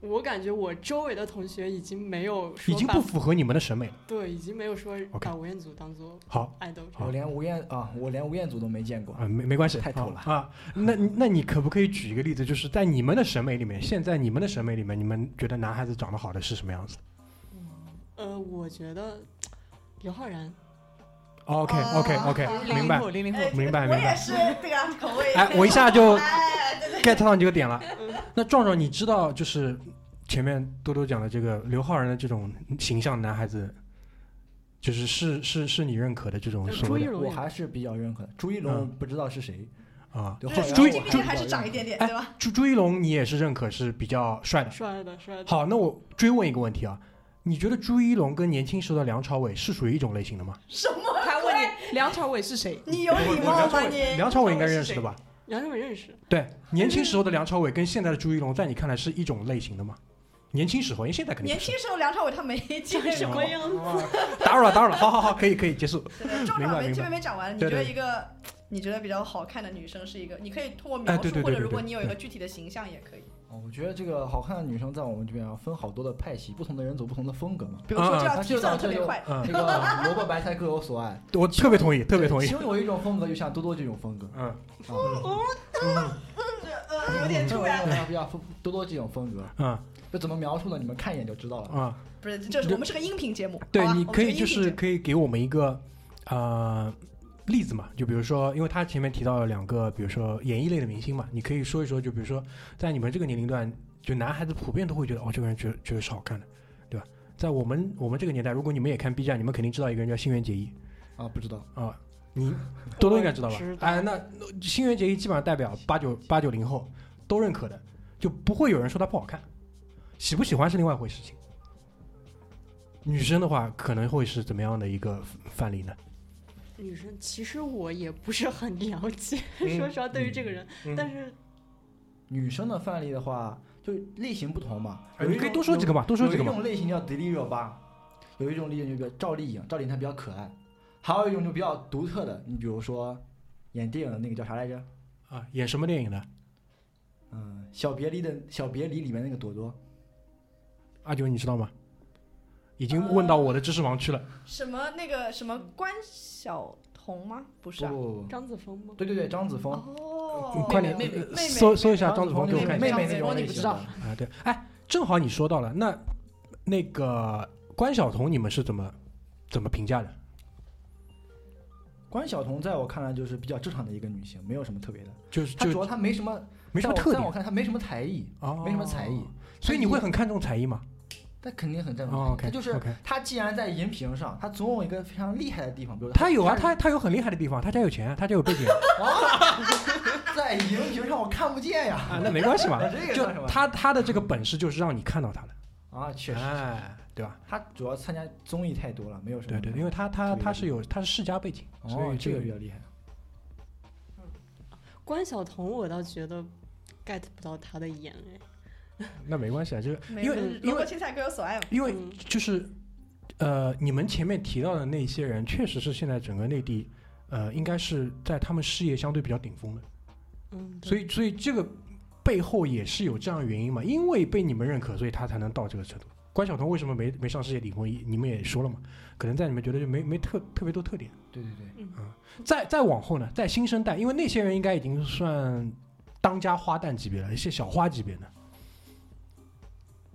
我感觉我周围的同学已经没有说
已经
把
不符合你们的审美了。
对，已经没有说
OK
把吴彦祖当做
好
爱豆。
好
我连吴彦啊，我连吴彦祖都没见过。
啊，没没关系，
太透了
啊啊。那那你可不可以举一个例子，就是在你们的审美里面，现在你们的审美里面，你们觉得男孩子长得好的是什么样子
呃，我觉得刘昊然，啊
？OK OK OK，
零
明
零
白
后，。零零后
哎，
明白
我
明
也
白。
是这个口味。
哎，我一下就
哎， 对对
get 到你这个点了。那壮壮，你知道就是前面多多讲的这个刘昊然的这种形象，男孩子就是是是是你认可的这种所
呃朱
谓
一
的
龙
我
也
还是比较认可的，朱一龙
嗯
不知道是谁，
啊，
对，
对，
后来
是
注
我
意
毕竟还是
比较
长一
认
点点，
哎
对吧？
朱朱一龙你也是认可是比较帅的。
帅的帅的，
好，那我追问一个问题啊，你觉得朱一龙跟年轻时候的梁朝伟是属于一种类型的吗？
什么？
还问你梁朝伟是谁？
你
哎
有礼貌吗你？
梁朝伟应该认识的吧？
杨振伟认识，
对，年轻时候的梁朝伟跟现在的朱一龙，在你看来是一种类型的吗？年轻时候，因为现在肯定
年
不是。
轻时候梁朝伟他 没见过，
什么样子？
打扰了，打扰了，好好好，可以可以结束。
对对，重
明白
点没
明
这
白
边没讲完。你
对
觉得
对
一个你觉得比较好看的女生是一个，你可以通过
哎
描
对
述，
对对
或者
对
如果
对嗯
你有一
对
个具体的形象也可以，
哦，我觉得这个好看的女生在我们这边啊，分好多的派系，不同的人走不同的风格嘛。
比如说
啊
这
啊
样节
就
奏
到
特
这
别
就
快，
嗯，
这个萝卜白菜各有所爱，
我特别同意，特别同
其
意。
中有一种风格就像多多这种风格，
嗯
啊，
呃，哦有点突然。
然，比较多多这种风格，
嗯
这怎么描述呢？你们看一眼就知道了。
嗯，
不是，这是我们是个音频节目，
对
好，吧
你
我们
可以
个音频
就是
节目
可以给我们一个呃例子嘛，就比如说，因为他前面提到了两个，比如说演艺类的明星嘛，你可以说一说，就比如说在你们这个年龄段，就男孩子普遍都会觉得哦，这个人觉得觉得是好看的，对吧？在我们我们这个年代，如果你们也看 B 站，你们肯定知道一个人叫新垣结衣
啊，不知道，
啊，你 多多应该知道吧
我知？道
哎，那那新垣结衣基本上代表八九八九零后都认可的，就不会有人说她不好看，喜不喜欢是另外一回事情。女生的话，可能会是怎么样的一个范例呢？
女生其实我也不是很了解，
嗯
说实话，对于这个人，
嗯
但是
女生的范例的话，就类型不同嘛。
哎你可以多说几个
嘛，
嘛，多说几个
有一
嘛。
种类型叫迪丽热巴，有一种类型就比较赵丽颖，赵丽颖她比较可爱，还有一种就比较独特的，你比如说演电影的那个叫啥来着？
啊，演什么电影的？
嗯，小别离的小别离里面那个朵朵，
阿九，你知道吗？已经问到我的知识盲区了。
什么那个什么关晓彤吗？不是
不
啊，
不不，
张子枫吗？
对对对，张子枫，啊
你
哦，
快点
妹妹
呃
妹妹
搜搜一下张
张
子
子
枫
枫
给我
那
看
个
一下
哦妹
张
妹
子
那
枫
种
你
类
不知
型
道
的，
啊。对，哎，正好你说到了，那那个关晓彤，你们是怎么怎么评价的？
关晓彤在我看来就是比较正常的一个女性，没有什么特别的。
就是
她主
就
要她没什么，
没什么
在我
特
在我
点，
看她没什么才艺，
哦
没什么才艺，
所以你会很看重才艺吗？
但肯定很占
哦
重。
，OK，
她就是。呃
OK。
她既然在荧屏上，她总有一个非常厉害的地方，比如
他有啊，
她
他他有很厉害的地方，他家有钱，啊他家有背景
在荧屏上我看不见呀。
啊，那没关系嘛
啊，这个
就
算什么
他他的这个本事就是让你看到他的，
啊，确实，
哎，对吧？
她主要参加综艺太多了，没有什么。
对对，因为他他
这个
他是有他是世家背景，所
哦
以，
这个
这
比
个
较厉害。
关晓彤，我倒觉得 get 不到她的眼哎。
那没关系啊，就是
没
因
有
为
人
因
萝卜
为
青菜各有所爱嘛。
因为
嗯
就是呃，你们前面提到的那些人，确实是现在整个内地呃，应该是在他们事业相对比较顶峰的，
嗯，对
所以所以这个背后也是有这样的原因嘛，因为被你们认可，所以他才能到这个程度。关晓彤为什么没没上世界顶峰？你们也说了嘛，可能在你们觉得就没没特特别多特点。
对对对，
再再往后呢，在新生代，因为那些人应该已经算当家花旦级别了，一些小花级别呢，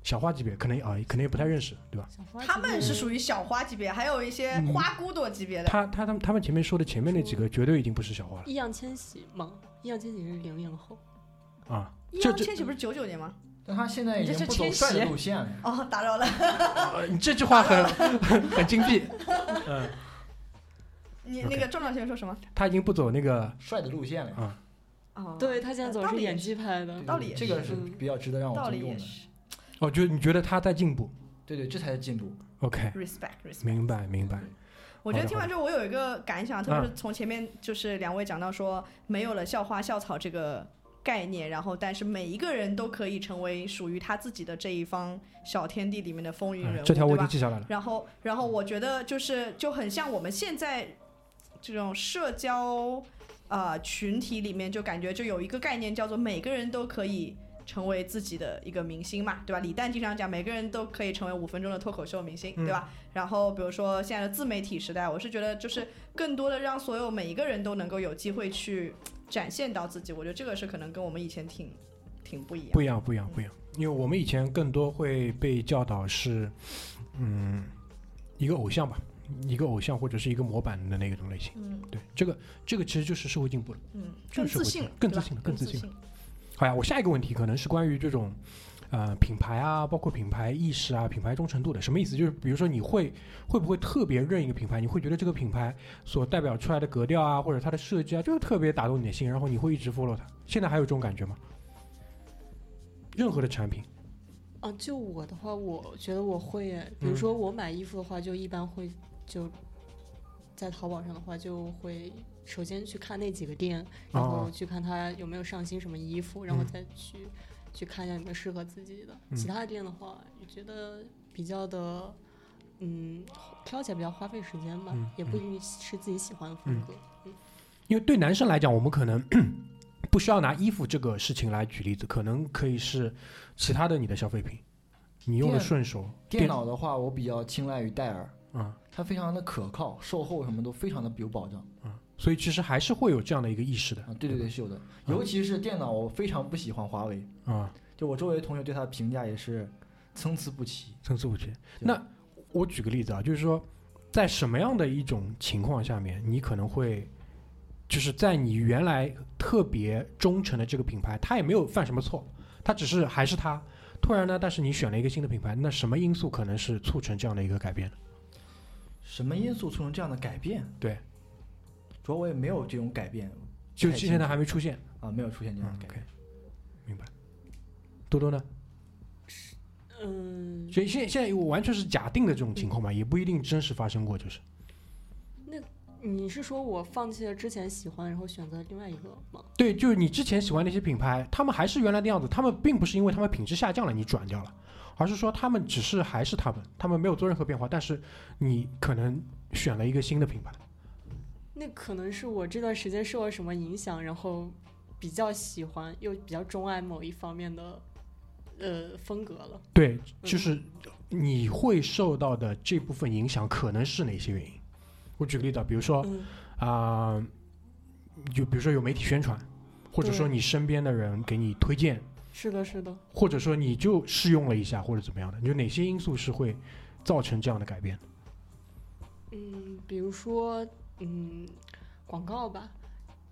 小花级别可能啊，可能也不太认识，对吧？
小花
他
姐
们
姐
是属于小花级别，还有一些
嗯
花骨朵级别的。
他他他们他们前面说的前面那几个，绝对已经不是小花
易烊千玺吗？易烊千玺是零零后，
了啊！
易
这
烊
这
千玺不是九九年吗？
但她现在已
你这是
经不走
千
帅的
玺
路线了。
哦，打扰了。
呃你这句话很 很精辟，嗯，
你
OK
那个壮壮先说什么？
他已经不走那个
帅的路线了，
啊，
哦，
对他现在走的
道
呃是
理也
演技派的
对，
嗯道理也
这个
是
是比较值得让
道
我
理
尊重
也
的。
是
哦，就你觉得他在进步
对对，这才是进步。
？OK，
，respect respect。
明白明白，
我觉得
好的
听完之后，我有一个感想，特别
嗯
是从前面就是两位讲到说，没有了校花校草这个概念，然后但是每一个人都可以成为属于他自己的这一方小天地里面的风云人
嗯
物，
这条
对
我已经
吧？
记下来了。
然后，然后我觉得就是就很像我们现在这种社交呃群体里面，就感觉就有一个概念叫做每个人都可以成为自己的一个明星嘛，对吧？李诞经常讲每个人都可以成为五分钟的脱口秀明星，
嗯
对吧？然后比如说现在的自媒体时代，我是觉得就是更多的让所有每一个人都能够有机会去展现到自己，我觉得这个是可能跟我们以前挺挺不一样。
不一样，不一样，不一样。因为我们以前更多会被教导是，嗯，一个偶像吧，一个偶像或者是一个模板的那种类型。
嗯
对，这个这个其实就是社会进步了。
嗯，
就
更
是
自信了，
更
对吧
自信了
更
更自信
信
了
了。
好呀，我下一个问题可能是关于这种，呃，品牌啊，包括品牌意识啊，品牌忠诚度的。什么意思？就是比如说你会会不会特别认一个品牌？你会觉得这个品牌所代表出来的格调啊，或者它的设计啊，就是特别打动你的心，然后你会一直 follow 它。现在还有这种感觉吗？任何的产品，
啊，就我的话，我觉得我会哎，比
嗯
如说我买衣服的话，就一般会就在淘宝上的话，就会首先去看那几个店，然后
哦
去看它有没有上新什么衣服，然后
嗯
再去去看一下有没有适合自己的。
嗯
其他的店的话，我觉得比较的，嗯，挑起来比较花费时间吧，
嗯
也不一定是自己喜欢的风
嗯
格。
因为对男生来讲，我们可能 不需要拿衣服这个事情来举例子，可能可以是其他的你的消费品，你用的
电
顺手，
电脑的话，我比较青睐于戴尔，
啊
它非常的可靠，售后什么都非常的有保障
啊，所以其实还是会有这样的一个意识的
啊。对对对，是有的。
嗯
尤其是电脑，我非常不喜欢华为，
啊，
就我周围同学对它的评价也是参差不齐。
参差不齐。那我举个例子啊，就是说，在什么样的一种情况下面，你可能会。就是在你原来特别忠诚的这个品牌，它也没有犯什么错，它只是还是它。突然呢，但是你选了一个新的品牌，那什么因素可能是促成这样的一个改变呢？
什么因素促成这样的改变？
对，
主要我也没有这种改变
就
太
现
清
在
楚
还没出现。
啊，没有出现这样
嗯
的改变。
，OK，明白。多多呢？
嗯，
所以现现在我完全是假定的这种情况嘛，也不一定真实发生过，就是
你是说我放弃了之前喜欢，然后选择另外一个吗？
对，就是你之前喜欢那些品牌，他们还是原来的样子，他们并不是因为他们品质下降了你转掉了，而是说他们只是还是他们，他们没有做任何变化，但是你可能选了一个新的品牌，
那可能是我这段时间受了什么影响，然后比较喜欢又比较钟爱某一方面的呃风格了。
对，就是你会受到的这部分影响，可能是哪些原因？我举个例子啊，比如说
嗯，
啊、就比如说有媒体宣传，或者说
对
你身边的人给你推荐，
是的，是的。
或者说你就试用了一下，或者怎么样的，就哪些因素是会造成这样的改变？
嗯，比如说，嗯，广告吧，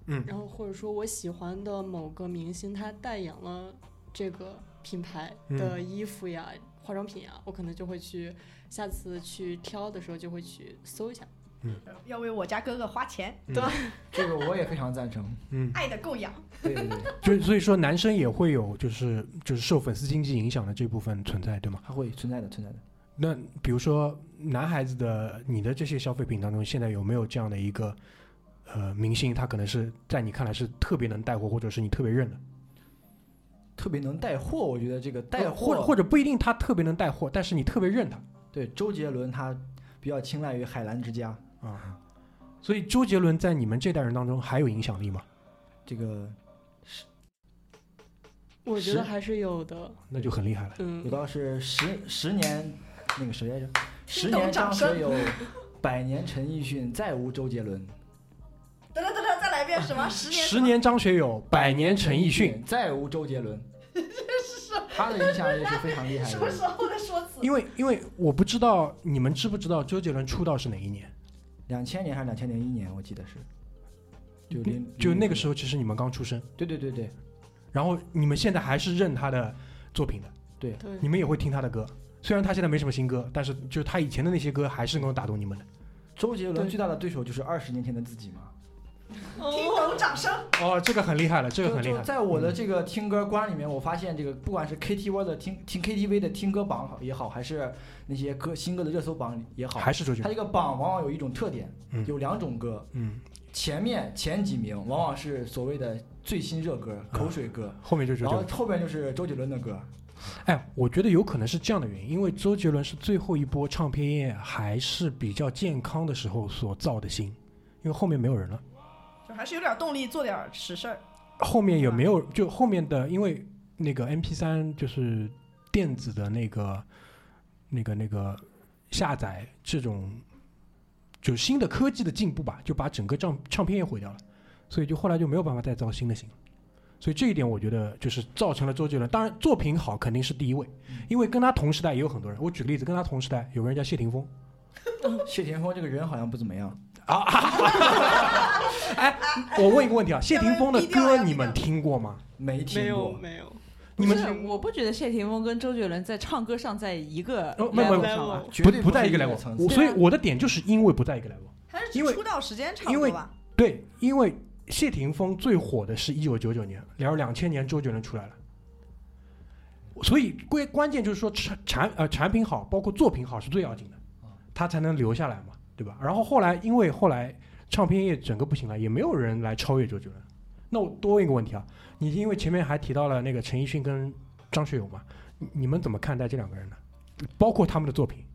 嗯
然后或者说我喜欢的某个明星，他代言了这个品牌的衣服呀、化妆品呀，我可能就会去下次去挑的时候就会去搜一下。
要为我家哥哥花钱，
这个我也非常赞成。
嗯，
爱的够痒。
对对对，
就所以说男生也会有就是就是受粉丝经济影响的这部分存在，对吗？
它会存在的，存在的。
那比如说男孩子的你的这些消费品当中，现在有没有这样的一个呃明星，他可能是在你看来是特别能带货，或者是你特别认的？
特别能带货，我觉得这个带
呃或
货，
者或者不一定他特别能带货，但是你特别认他
对周杰伦他比较青睐于海澜之家，
啊。所以周杰伦在你们这代人当中还有影响力吗？
这个
我觉得
是
还是有的，
那就很厉害了。
有
嗯，
道是十十年那个谁来着？十
听懂
年张
掌声
学友，百年陈奕迅，再无周杰伦。
等等等等，再来一遍什 么？十年
十年张学友，百年陈奕迅。，
再无周 杰伦。他的影响力是非常厉害
什么
的。
时候的说辞？
因为因为我不知道你们知不知道周杰伦出道是哪一年？
两千年还是两千零一年，我记得是。就零
嗯就那个时
候。
候，其实你们刚出生，
对对对对
然后你们现在还是认他的作品的，
对，
对
你，们也会听他的歌。虽然他现在没什么新歌，但是就他以前的那些歌还是能够打动你们的。
周杰伦
对
最大的对手就是二十年前的自己嘛。
听懂掌声。
哦，这个很厉害了，这个
就
很厉
就
害。
在我的这个听歌观里面，我发现这个不管是 KTV 的听听 KTV 的听歌榜好也好，还是那些歌新歌的热搜榜也好，
还是周杰
它
伦。
这个榜往往有一种特点，
嗯
有两种歌，
嗯，
前面前几名往往是所谓的最新热
啊
歌、口水歌，
后面就周杰
然后
伦。
后边就是周杰伦的歌。
哎，我觉得有可能是这样的原因，因为周杰伦是最后一波唱片业还是比较健康的时候所造的星，因为后面没有人了，
就还是有点动力做点实事儿，
后面也没有就后面的，因为那个 MP 三就是电子的那个那个那个下载这种，就新的科技的进步吧，就把整个唱唱片业毁掉了，所以就后来就没有办法再造新的星了。所以这一点，我觉得就是造成了周杰伦。当然，作品好肯定是第一位，因为跟他同时代也有很多人。我举个例子，跟他同时代有个人叫谢霆锋
谢霆锋这个人好像不怎么样，
啊。哎，我问一个问题啊，谢霆锋
要不然
的
低调
歌
要低调
你们听过吗？
没
没
听
有
过。
没有，
你们
不是我不觉得谢霆锋跟周杰伦在唱歌上在一个
哦没有没有
level 上啊。
绝
不
对
不
不
在
是
一个
一个
level，
层次
我所以我的点就是因为不在一个 level。
还是
因为
只出道时间差不
因为
多吧。
对，因为谢霆锋最火的是一九九九年，然后两千年周杰伦出来了，所以关关键就是说产产呃产品好，包括作品好是最要紧的
啊，
他才能留下来嘛，对吧？然后后来因为后来唱片业整个不行了，也没有人来超越周杰伦。那我多问一个问题啊，你因为前面还提到了那个陈奕迅跟张学友嘛，你你们怎么看待这两个人呢？包括他们的作品，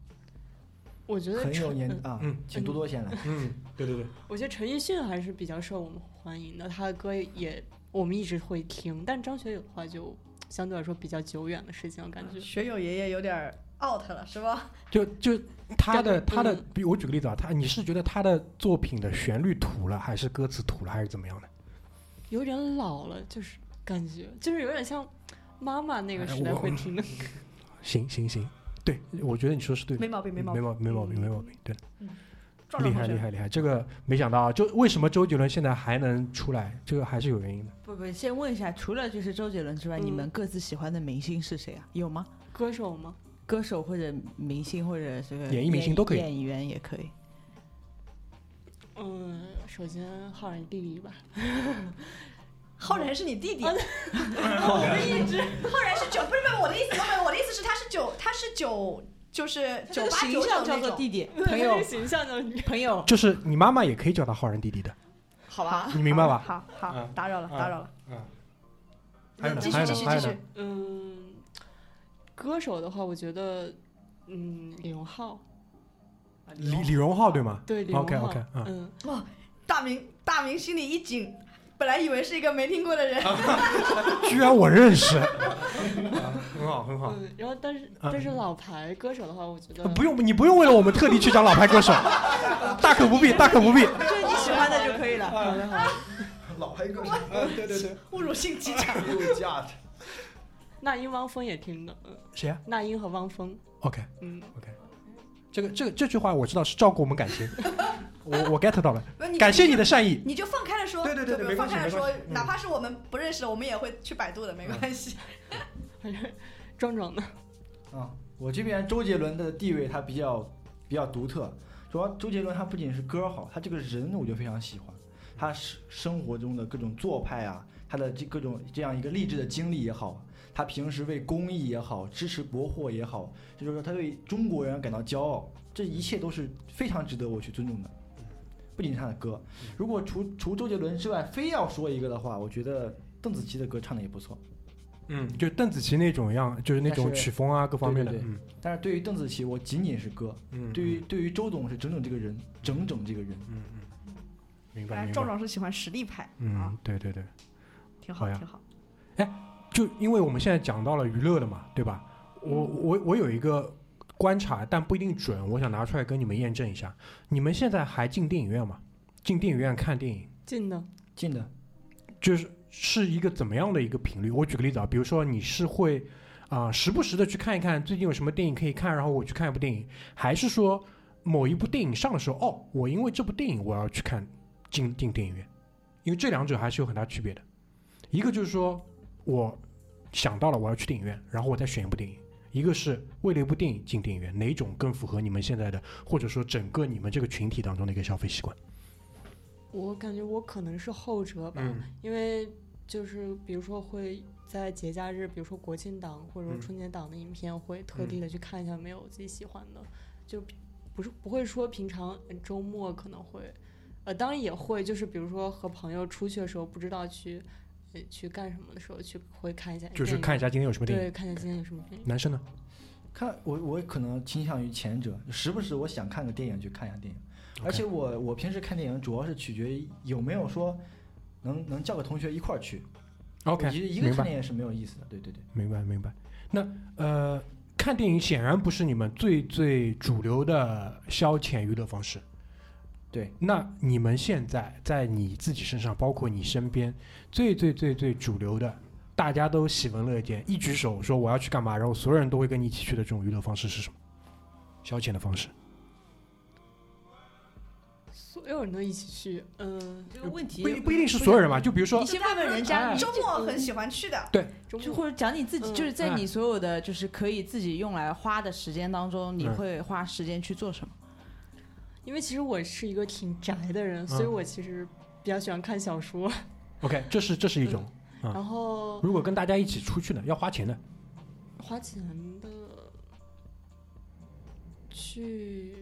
我觉得
很有
陈
年
嗯
啊
嗯，
请多多先来。
嗯，对对对，
我觉得陈奕迅还是比较受我们欢迎的，他的歌也我们一直会听，但张学友的话就相对来说比较久远的事情了，感觉。
学友爷爷有点 out 了，是吧？
就就他的
嗯
他的，比我举个例子啊，他你是觉得他的作品的旋律土了，还是歌词土了，还是怎么样的？
有点老了，就是感觉就是有点像妈妈那
哎
个时代会听的。
行行行，对我觉得你说是对 的，
没毛病，
没
毛
毛
病。
没毛病没毛病，对，
壮壮
厉
同
害厉
学，
害厉害，这个没想到啊，就为什么周杰伦现在还能出来，这个还是有原因的。
不不，先问一下，除了就是周杰伦之外，
嗯
你们各自喜欢的明星是谁啊？有吗？
歌手吗？
歌手或者明星或者这个
演艺明星都可以
演员也可以。
嗯，首先浩然弟弟 吧，
浩然是你弟弟，
啊
浩然是九，不是不是我的意思，不是我的意思是他是九，他是九，就是九
这个
八
形
九
象
九
叫
那
做
种。
弟弟，
他
朋
这
友
个形象就是
朋友，
就是你妈妈也可以叫他浩然弟弟的，
好吧，
你明白吧
好好，
嗯
打扰了，
嗯
打扰了。
还有呢
继
还
续
有呢
继续
还有
继
呢
续，
嗯，歌手的话，我觉得嗯，李荣浩，
李李荣浩对吗
对李荣浩
OK，OK，啊
嗯，
大明大明心里一紧，本来以为是一个没听过的人，
居然我认识，啊很好很好。
嗯，然后但是
啊
但是老牌歌手的话，我觉得
不用，你不用为了我们特地去找老牌歌手，大可不必，大可不必。
就是你喜欢的就可 以了。
好的好的， 老牌 歌手，啊对对对，
侮辱性极强。
有价值。
那英、汪峰也听的，嗯，
谁啊呀、
那英和汪峰，
o k
嗯，
这个这个这句话我知道是照顾我们感 情，我我 get 到了，
不是你
感谢你的善意。
你就放开了说，
对对对对
就
没
放
关系
开了说
没关，系嗯
哪怕是我们不认识的，我们也会去百度的，没关系。
反正壮壮的，
啊，我这边周杰伦的地位他比较比较独特，主要周杰伦他不仅是歌好，他这个人我就非常喜欢，他生生活中的各种做派啊，他的这各种这样一个励志的经历也好，他平时为公益也好，支持国货也好，这就是说他对中国人感到骄傲，这一切都是非常值得我去尊重的。不仅是他的歌，如果除除周杰伦之外，非要说一个的话，我觉得邓紫棋的歌唱的也不错。
嗯，就邓紫棋那种样，就是那种
但是
曲风啊，各方面的。
对对
嗯
但是对于邓紫棋，我仅仅是歌，
嗯，
对于对于周董是整整这个人，整整这个人。
嗯嗯，明
反
白
正
明
壮
白。
壮是喜欢实力派啊
嗯，，对对对，
挺
好
好
呀
挺好。
就因为我们现在讲到了娱乐了嘛，对吧？我
嗯
我我有一个观察，但不一定准，我想拿出来跟你们验证一下。你们现在还进电影院吗？进电影院看电影？
进的，
进的，
就是是一个怎么样的一个频率？我举个例子啊，比如说你是会啊、时不时的去看一看最近有什么电影可以看，然后我去看一部电影，还是说某一部电影上的时候，哦，我因为这部电影我要去看进进电影院，因为这两者还是有很大区别的。一个就是说我想到了我要去电影院，然后我再选一部电影。一个是为了一部电影进电影院，哪种更符合你们现在的，或者说整个你们这个群体当中的一个消费习惯？
我感觉我可能是后者吧，
嗯
因为就是比如说会在节假日，比如说国庆档或者说
嗯
春节档的影片，会特地的去看一下，有没有自己喜欢的，就不是不会说平常呃周末可能会，呃，当然也会，就是比如说和朋友出去的时候，不知道去呃去干什么的时候，去会看一下电影，
就是看一下今天有什么电影。
对，看一下今天有什么电影。
男生呢？
看我我可能倾向于前者，时不时我想看个电影就看一下电影，而且我我平时看电影主要是取决于有没有说能能叫个同学一块儿去。
OK，
我觉得一个
明
看
白，
电影是没有意思的。对对对，
明白，明白。那呃，看电影显然不是你们最最主流的消遣娱乐方式。
对，
那你们现在在你自己身上，包括你身边最最最最主流的，大家都喜闻乐见，一举手说我要去干嘛，然后所有人都会跟你一起去的这种娱乐方式是什么？消遣的方式？
所有人都一起去，嗯、
这个问题
不一不一定是所有人吧？就比如说
你，先问问人家，
哎
你
周末很喜欢去的，
周
就
末
或者讲你自己，
嗯
就是在
哎
你所有的就是可以自己用来花的时间当中，你
嗯
会花时间去做什么？
因为其实我是一个挺宅的人，所以
嗯
我其实比较喜欢看小说。
OK，这是这是一种，嗯
然后
如果跟大家一起出去呢，要花钱的，
花钱的去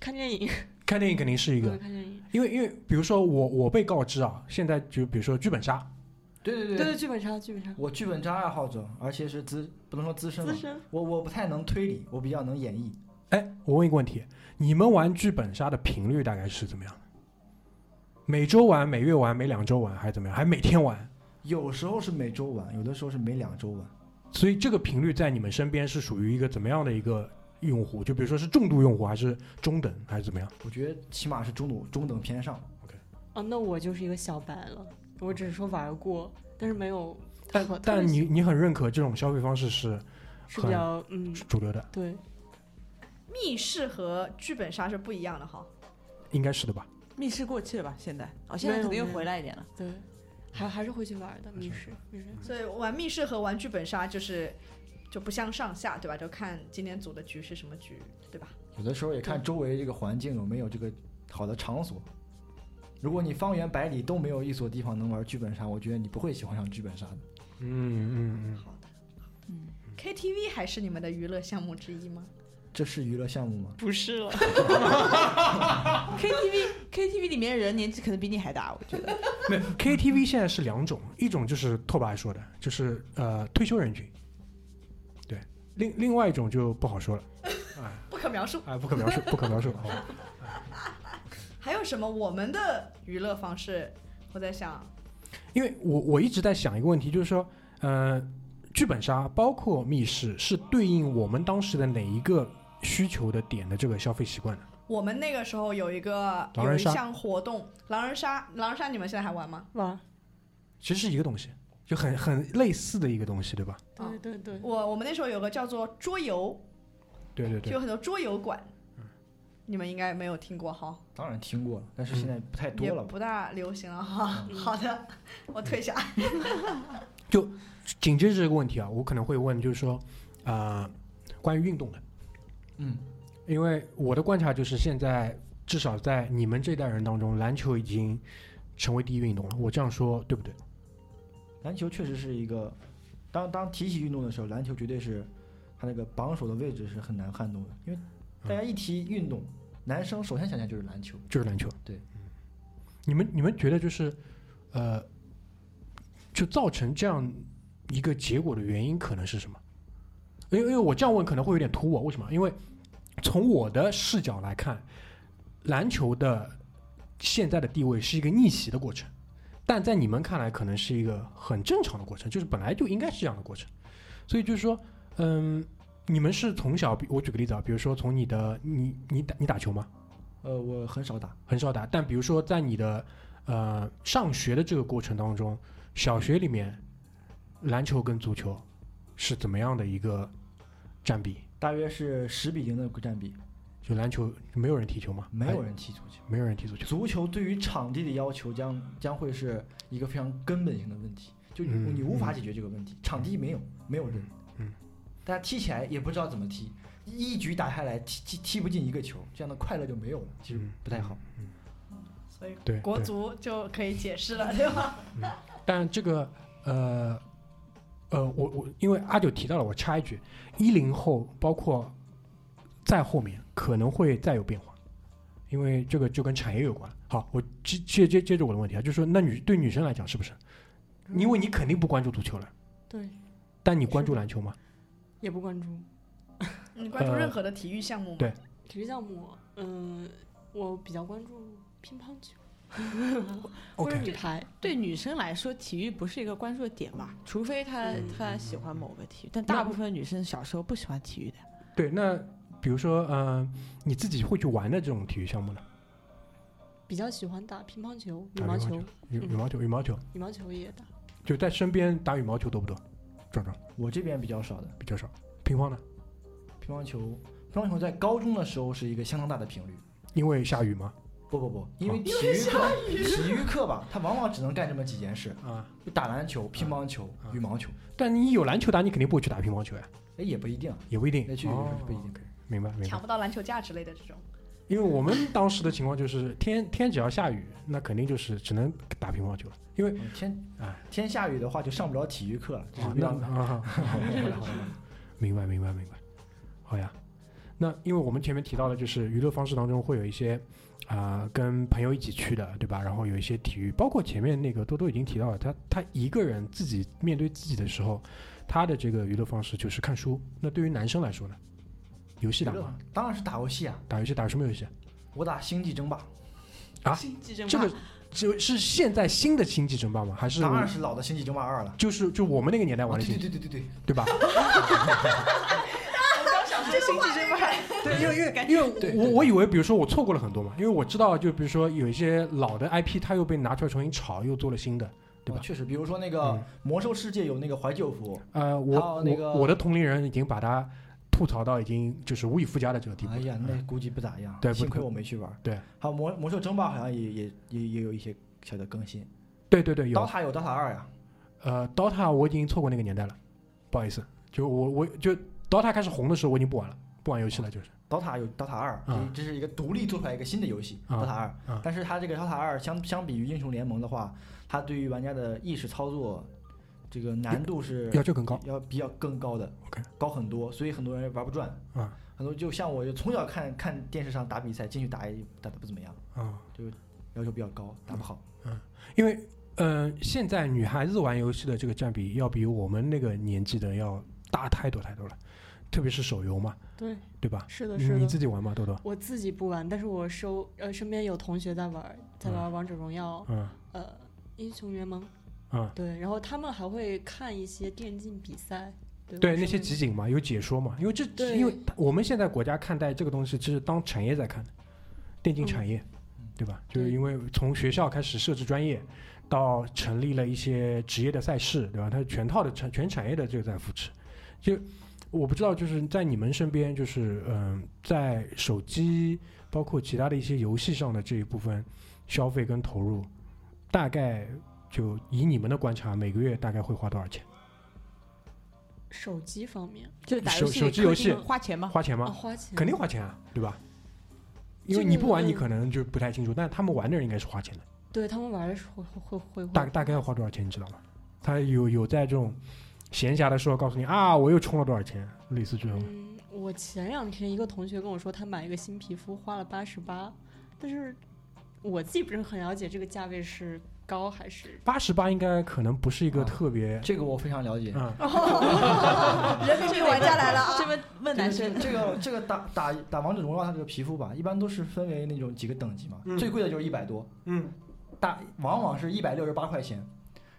看电影，
看电影肯定是一 个
嗯，看电影，
因为因为比如说我我被告知啊，现在就比如说剧本杀，
对对
对对，剧本杀，剧本杀，
我剧本杀爱好者，而且是资不能说资深吧
资，深
我我不太能推理，我比较能演绎。
哎，我问一个问题，你们玩剧本杀的频率大概是怎么样的？每周玩、每月玩、每两周玩，还是怎么样？还每天玩？
有时候是每周玩，有的时候是每两周玩。
所以这个频率在你们身边是属于一个怎么样的一个用户？就比如说是重度用户，还是中等，还是怎么样？
我觉得起码是中等中等偏上。
啊，那我就是一个小白了，我只是说玩过，但是没有
但
特哦特别
但
喜
你你很认可这种消费方式是
是
很
比较嗯，
主流的，
对，
密室和剧本杀是不一样的哈。
应该是的吧？
密室过气了吧？现在嗯哦，现在
没有
肯定又
没有
回来一点了。
对，还还是会去玩的密室，密室。
所以玩密室和玩剧本杀就是就不相上下，对吧？就看今天组的局是什么局，对吧？
有的时候也看周围这个环境有没有这个好的场所。如果你方圆百里都没有一所地方能玩剧本杀，我觉得你不会喜欢上剧本杀的。
嗯嗯
好的，嗯，KTV 还是你们的娱乐项目之一吗？
这是娱乐项目吗？
不是了，
KTV KTV 里面的人年纪可能比你还大，我觉得。
嗯，没有 KTV 现在是两种，一种就是拓跋说的，就是呃退休人群，对，另另外一种就不好说了，哎。
不可描述。
哎，不可描述，不可描述。好吧
还有什么我们的娱乐方式我在想，
因为我我一直在想一个问题，就是说，呃，剧本杀包括密室是对应我们当时的哪一个需求的点的这个消费习惯呢？
我们那个时候有一个
狼
有
人
一
杀
项活动，狼人杀，狼人杀你们现在还玩吗？
玩。
其实是一个东西，就很很类似的一个东西，对吧？
对对对，
我我们那时候有个叫做桌游，
对对
就
对
有，很多桌游馆，你们应该没有听过哈，
当然听过了，但是现在不太多
也
了吧。
不大流行了哈。
嗯
好的，我退下。
紧接着这个问题啊，我可能会问，就是说，啊、关于运动的，
嗯，
因为我的观察就是，现在至少在你们这代人当中，篮球已经成为第一运动了。我这样说对不对？
篮球确实是一个，当当提起运动的时候，篮球绝对是它那个榜首的位置是很难撼动的，因为大家一提运动，男生首先想起来就是篮球。
就是篮球。
对
嗯，你们你们觉得就是，呃，就造成这样一个结果的原因可能是什么？因为因为我这样问可能会有点突兀啊，为什么？因为从我的视角来看，篮球的现在的地位是一个逆袭的过程，但在你们看来可能是一个很正常的过程，就是本来就应该是这样的过程。所以就是说，嗯，你们是从小，比我举个例子啊，比如说从你的你你打你打球吗？
呃，我很少打，
很少打。但比如说在你的呃上学的这个过程当中，小学里面篮球跟足球是怎么样的一个占比？
大约是十比零的占比，
就篮球没有人踢球吗？
没有
还，
人踢足球。
没有人踢足球。
足球对于场地的要求将将会是一个非常根本性的问题，就你、
嗯
你无法解决这个问题，场地没有，没有人，
嗯，
大家踢起来也不知道怎么踢，一局打下来踢踢踢不进一个球，这样的快乐就没有了，其实
嗯
不太好。
所以
对，
国
对
足就可以解释了，对吧？
但这个呃呃，我我因为阿九提到了，我插一句，一零后包括在后面可能会再有变化，因为这个就跟产业有关。好，我接接接接着我的问题啊，就是说，那女对女生来讲是不是？因为你肯定不关注足球了，
嗯对，
但你关注篮球吗？
也不关注
你关注
呃
任何的体育项目吗？
对
体育项目，嗯、我比较关注乒乓球或者
OK
女排。
对女生来说，体育不是一个关注的点吧？除非她
嗯
她喜欢某个体育，但大部分女生小时候不喜欢体育的。
对，那比如说，嗯、你自己会去玩的这种体育项目呢？
比较喜欢打乒乓球、羽
打
毛
乒乓
球，
羽
嗯
羽毛球，羽毛球
羽毛球也打。
就在身边打羽毛球多不多？壮壮
我这边比较少的
比较少，乒乓呢？
乒乓球，乒乓球在高中的时候是一个相当大的频率。
因为下雨吗？
不不不，
哦
因为体育课，体育课吧，它往往只能干这么几件事：
啊，
就打篮球、乒乓球、
啊
羽毛球。
但你有篮球打，你肯定不会去打乒乓球呀、
哎，也不一定，
也不一定，
那去
哦
不一定。
明白明白
抢。不到篮球架之类的这种。
因为我们当时的情况就是天天只要下雨，那肯定就是只能打乒乓球了。因为
嗯天
哎
天下雨的话，就上不了体育课了，就是
啊，
没
那
办法。
啊，
好的好的
明白明白明白，好呀。那因为我们前面提到的，就是娱乐方式当中会有一些啊、跟朋友一起去的，对吧？然后有一些体育，包括前面那个多多已经提到了，他他一个人自己面对自己的时候，他的这个娱乐方式就是看书。那对于男生来说呢，游戏打
娱乐
吗？
当然是打游戏啊，
打游戏打什么游戏？
我打星际争霸，
这个就是现在新的星际争霸吗？还是
当然是老的星际争霸二了。
就是就我们那个年代
啊
玩的
对
星际，
对对对对
对吧？
我刚想说星际争霸，
对，因为因为因
对
为
对
我我以为，比如说我错过了很多嘛，因为我知道，就比如说有一些老的 IP，它又被拿出来重新炒，又做了新的，对
对，
吧
啊确实，比如说那个
嗯
魔兽世界有那个怀旧服，
呃，
还
我
有那个
我我的同龄人已经把它吐槽到已经就是无以复加的这个地步。嗯
哎呀，那估计不咋样。
对不
幸亏我没去玩。
对，
还有魔魔兽争霸好像也也也也有一些小的更新。
对对对，
刀
有
塔有刀塔二呀，
呃，DOTA 我已经错过那个年代了，不好意思，就我我就 DOTA 开始红的时候我已经不玩了，不玩游戏了，就是
刀塔有刀塔二，
嗯
这是一个独立做出来一个新的游戏，
嗯
刀塔二
嗯。
但是它这个刀塔二相相比于英雄联盟的话，它对于玩家的意识操作这个难度是
要求更高。
要比较更高的
OK
高很多，所以很多人玩不转。
嗯
很多就像我从小看看电视上打比赛，进去打也打的不怎么样，
嗯，
要求比较高，打不好。
因为嗯、呃现在女孩子玩游戏的这个占比要比我们那个年纪的要大太多太多了，特别是手游嘛，
对，
对吧？
是的，
你
是
你
的。
自己玩吗，豆豆？
我自己不玩，但是我收呃身边有同学在玩，在玩王者荣耀，
嗯，
呃，英雄联盟，
嗯，
对，然后他们还会看一些电竞比赛，对
对
我
那
是
些集锦嘛，有解说嘛，因为这
对
因为我们现在国家看待这个东西，其实当产业在看的，电竞产业，
嗯
对吧？就是
对
因为从学校开始设置专业，到成立了一些职业的赛事，对吧？它全套的产全产业的这个在扶持。就我不知道，就是在你们身边，就是嗯、在手机包括其他的一些游戏上的这一部分消费跟投入，大概就以你们的观察，每个月大概会花多少钱？
手机方面
就是打
手
游戏，
手机游戏
花钱吗？
花钱吗
啊？花钱，
肯定花钱啊，对吧？因
这
为你
个
不玩，你
嗯
可能就不太清楚，但他们玩的人应该是花钱的。
对他们玩的时候会会会
大大概要花多少钱，你知道吗？他有有在这种闲暇的时候告诉你啊，我又充了多少钱，类似这种。
嗯，我前两天一个同学跟我说，他买一个新皮肤花了八十八，但是我自己不是很了解这个价位是高还是
八十八应该可能不是一个
啊
特别，
这个我非常了解。
嗯，
人民币玩家来了
这
啊！
边问男生，
这个这个打打打王者荣耀它这个皮肤吧，一般都是分为那种几个等级嘛，
嗯
最贵的就是一百多，
嗯，
大往往是一百六十八块钱，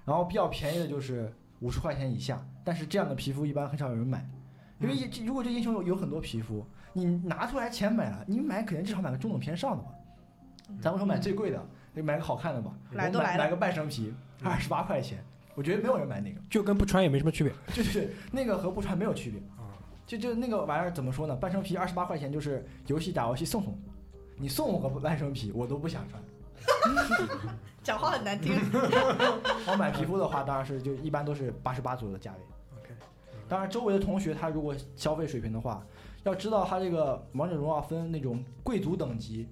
然后比较便宜的就是五十块钱以下，但是这样的皮肤一般很少有人买，因为
嗯
一这如果这英雄有有很多皮肤，你拿出来钱买了，你买肯定至少买个中等偏上的吧，咱不说买最贵的，得买个好看的吧，
来
我
都
买
来了
买个半身皮二十八块钱，我觉得没有人买那个。
就跟不穿也没什么区别。
对对对，那个和不穿没有区别
啊。
就就那个玩意儿怎么说呢？半生皮二十八块钱，就是游戏打游戏送送，你送我个半生皮，我都不想穿。
讲话很难听，
我买皮肤的话，当然是就一般都是八十八左右的价位。
OK 嗯
当然周围的同学他如果消费水平的话，要知道他这个王者荣耀分那种贵族等级，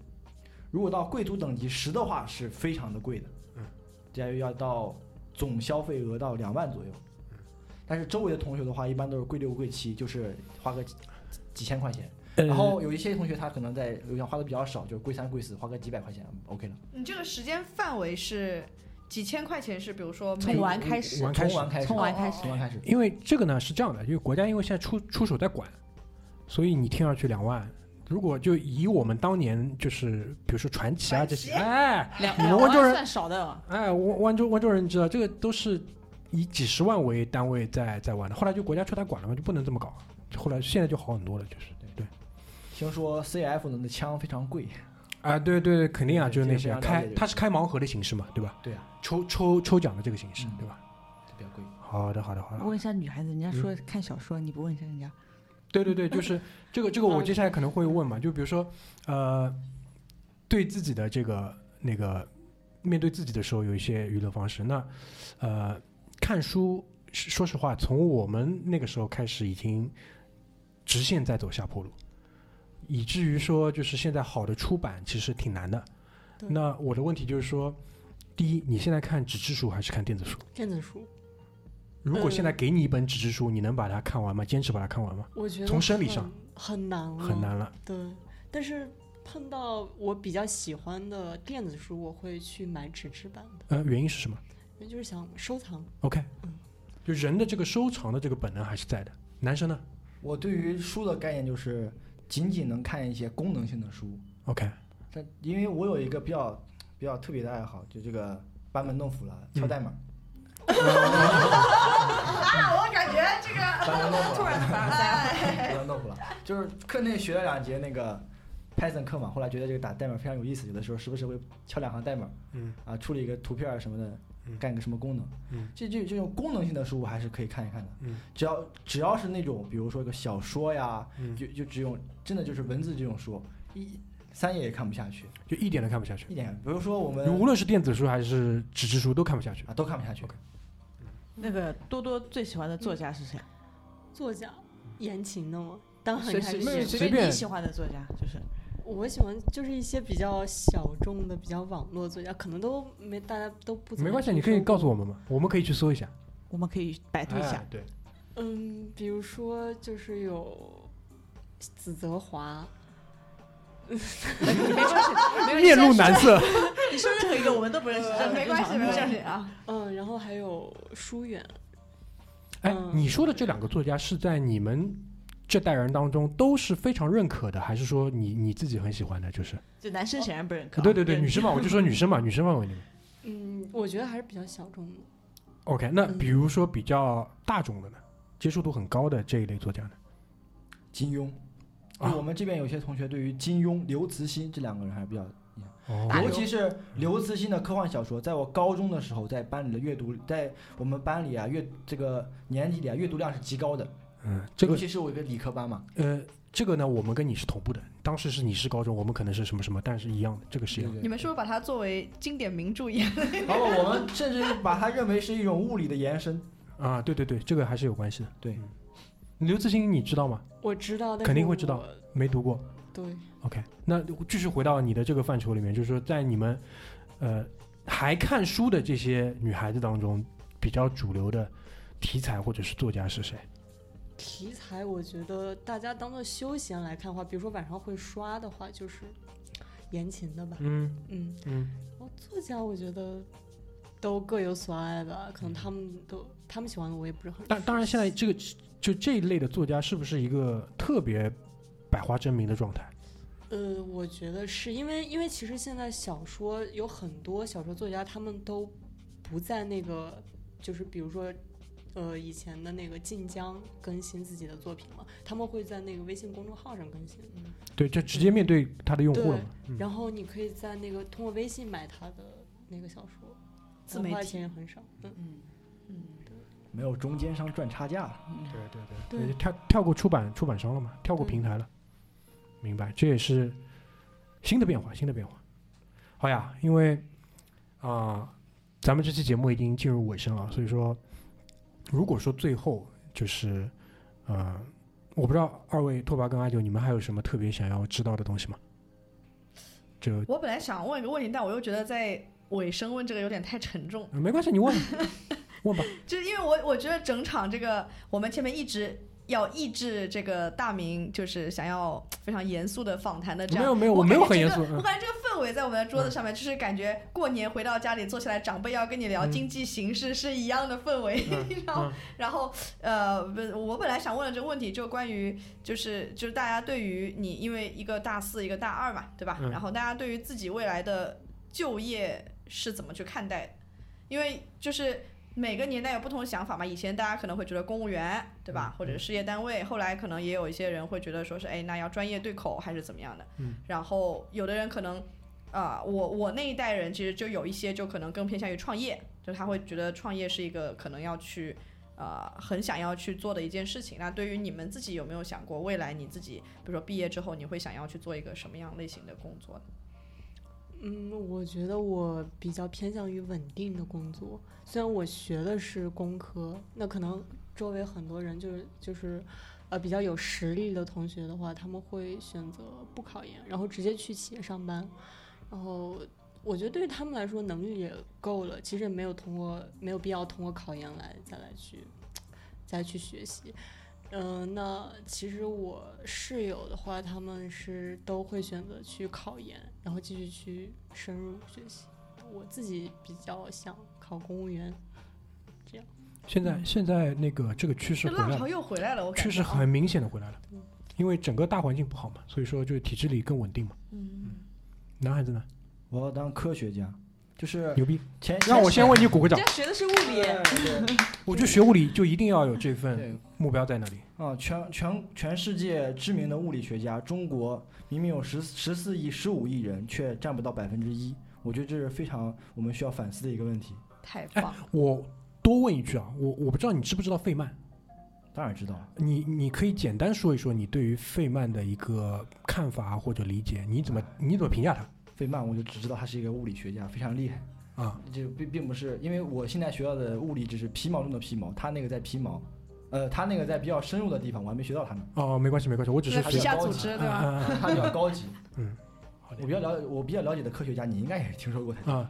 如果到贵族等级十的话是非常的贵的，
嗯，
大约要到总消费额到两万左右。
嗯
但是周围的同学的话，一般都是贵六贵七，就是花个几几千块钱。然后有一些同学他可能在流量花的比较少，就是贵三贵四，花个几百块钱 OK 了。
你这个时间范围是几千块钱？是比如说每哦
从玩开始，
玩开
从
始
玩开始，
从玩开始
从玩开始。
因为这个呢是这样的，因为国家因为现在出出手在管，所以你听上去两万。如果就以我们当年就是，比如说传奇啊这些，
传奇
哎，
两
你们
两
温州
万
人
算少的，
哎，温温州温州人知道这个都是以几十万为单位在在玩的，后来就国家出台管了嘛，就不能这么搞。后来现在就好很多了，就是对
听说 CF 的那枪非常贵，
啊，对对对，肯定啊，
对
就是那
这
些
个非常
开
了解这，个
它是开盲盒的形式嘛，对吧？
对啊，
抽抽抽奖的这个形式
嗯，
对吧？
比较贵。
好的，好的，好的。
问一下女孩子，人家说
嗯
看小说，你不问一下人家？
对对对， 就是这个这个，我
嗯
接下来可能会问嘛，就比如说，呃，对自己的这个那个，面对自己的时候有一些娱乐方式。那呃，看书，是说实话，从我们那个时候开始已经直线在走下坡路，以至于说，就是现在好的出版其实挺难的。
对
那我的问题就是说，第一，你现在看纸质书还是看电子书？
电子书？
如果
嗯
现在给你一本纸质书，你能把它看完吗？坚持把它看完吗？
我觉得
从生理
很
上
很难了，
很难了。
对，但是碰到我比较喜欢的电子书，我会去买纸质版的，
呃，原因是什么？
因为就是想收藏。
OK，
嗯
就人的这个收藏的这个本能还是在的。男生呢
我对于书的概念就是仅仅能看一些功能性的书，
？OK，
但因为我有一个比较比较特别的爱好，就这个班门弄斧了，敲代码。
啊，我感觉这个
班门弄斧了，
凡尔赛
班门弄斧了，就是课内学了两节那个 Python 课嘛，后来觉得这个打代码非常有意思，有的时候时不时会敲两行代码，
嗯，
啊，处理一个图片儿什么的
嗯，
干一个什么功能，
嗯，
这这这种功能性的书我还是可以看一看的，
嗯，
只要只要是那种比如说一个小说呀，
嗯
就就只有真的就是文字这种书，一三页也看不下去，
就一点都看不下去，
一点，比如说我们
无论是电子书还是纸质书都看不下去。
啊都看不下去
OK，
那个多多最喜欢的作家是谁？
嗯
作家言情的吗？当然
随
还
随
是言
随
随
便
便你喜欢的作家就是。
我喜欢就是一些比较小众的、比较网络作家，可能都没大家都不怎么
没关系，
听
你可以
说
告诉
过
我们嘛，我们可以去搜一下，
我们可以百度一下
哎。对，
嗯，比如说就是有子泽华，
哎
没关系，没关系
面露难。色。
你说任何一个我们都不认识，这
呃没关系，没关系啊。
嗯，然后还有舒远，
哎，
嗯
你说的这两个作家是在你们 这代人当中都是非常认可的，还是说你你自己很喜欢的？就是
就男生显然不认 可。
对对对，女生嘛，我就说女生嘛，女生范围里面。
嗯，我觉得还是比较小众的。
OK，那
嗯
比如说比较大众的呢，接受度很高的这一类作家呢？
金庸，
啊
就我们这边有些同学对于金庸、刘慈欣这两个人还是比较
哦
尤其是刘慈欣的科幻小说，在我高中的时候，在班里的阅读，在我们班里啊，阅这个年级里啊，阅读量是极高的。
嗯，这
尤
个
其是我一个理科班嘛，
呃，这个呢，我们跟你是同步的，当时是你是高中，我们可能是什么什么，但是一样的，这个是一样的。
你们是不是把它作为经典名著一样？
然后我们甚至把它认为是一种物理的延伸。
啊，对对对，这个还是有关系的。
对
嗯，刘慈欣你知道吗？
我知道，但是
肯定会知道
我。
没读过。
对，
OK，那继续回到你的这个范畴里面，就是说在你们呃还看书的这些女孩子当中，比较主流的题材或者是作家是谁？
题材我觉得大家当做休闲来看的话，比如说晚上会刷的话，就是言情的吧。
嗯
嗯，
嗯，
然后作家我觉得都各有所爱吧，可能他们都他们喜欢的我也不是很。
当当然，现在这个就这一类的作家是不是一个特别百花争鸣的状态？
呃，我觉得是因为，因为其实现在小说有很多小说作家，他们都不在那个，就是比如说，呃，以前的那个晋江更新自己的作品了，他们会在那个微信公众号上更新，
对，就直接面对他的用户了嘛。嗯
然后你可以在那个通过微信买他的那个小说，
自
能
媒
花的
体
钱也很少。嗯，
嗯嗯，
没有中间商赚差价，
嗯对对
对
就跳跳过出版出版商了嘛，跳过
对
平台了，明白？这也是新的变化，新的变化。好呀，因为啊、咱们这期节目已经进入尾声了，所以说，如果说最后就是呃，我不知道二位拓跋跟阿九，你们还有什么特别想要知道的东西吗？就、
我本来想问一个问题，但我又觉得在尾声问这个有点太沉重。
呃没关系，你问问吧。
就是因为我我觉得整场这个，我们前面一直要抑制这个大明，就是想要非常严肃的访谈的 这
没
样。
有没有，
我
我没有
感
很
觉
严
这
肃
个。
嗯
我感觉这个氛围在我们的桌子上面，就是感觉过年回到家里坐下来，长辈要跟你聊
嗯
经济形势是一样的氛围。
嗯
然后然后呃，不是我本来想问的这个问题就关于就是就是大家对于你，因为一个大四一个大二嘛，对吧？
嗯
然后大家对于自己未来的就业是怎么去看待的？因为就是每个年代有不同的想法嘛。以前大家可能会觉得公务员，对吧
嗯，
或者事业单位，后来可能也有一些人会觉得说是，哎，那要专业对口还是怎么样的？
嗯
然后有的人可能。啊、我我那一代人其实就有一些就可能更偏向于创业，就是他会觉得创业是一个可能要去呃很想要去做的一件事情。那对于你们自己有没有想过，未来你自己比如说毕业之后，你会想要去做一个什么样类型的工作呢？
嗯，我觉得我比较偏向于稳定的工作。虽然我学的是工科，那可能周围很多人就是就是，呃，比较有实力的同学的话，他们会选择不考研，然后直接去企业上班。然后我觉得对于他们来说，能力也够了，其实也没有通过没有必要通过考研来再来去再去学习。嗯、那其实我室友的话，他们是都会选择去考研，然后继续去深入学习。我自己比较想考公务员，
现在现在那个这个趋势
这
回来
浪
了。
潮又回来了，我感
确
觉
实
啊
很明显的回来了
嗯，
因为整个大环境不好嘛，所以说就是体制里更稳定嘛。
嗯，
男孩子呢，
我要当科学家，就是
牛逼！
前
让我先为你鼓个掌
人。家学的是物理，
哎
对
我觉得学物理就一定要有这份
对
目标在那里。
啊，全全全世界知名的物理学家，中国明明有十十四亿、十五亿人，却占不到百分之一。我觉得这是非常我们需要反思的一个问题。
太棒了！
我多问一句啊，我我不知道你知不知道费曼，
当然知道了，
你你可以简单说一说你对于费曼的一个看法啊或者理解，你怎么你怎么评价他
费曼我就只知道他是一个物理学家，非常厉害。
啊？
这并并不是，因为我现在学到的物理只是皮毛中的皮毛，他那个在皮毛，呃，他那个在比较深入的地方，我还没学到他呢。
哦，没关系没关系，我只是
那
还
皮
觉得
是
下
要高
组
级
织对
啊
吧？
啊 嗯
他比较高 级。
好的
我比较了解，我比较了解的科学家，你应该也听说过他。
啊啊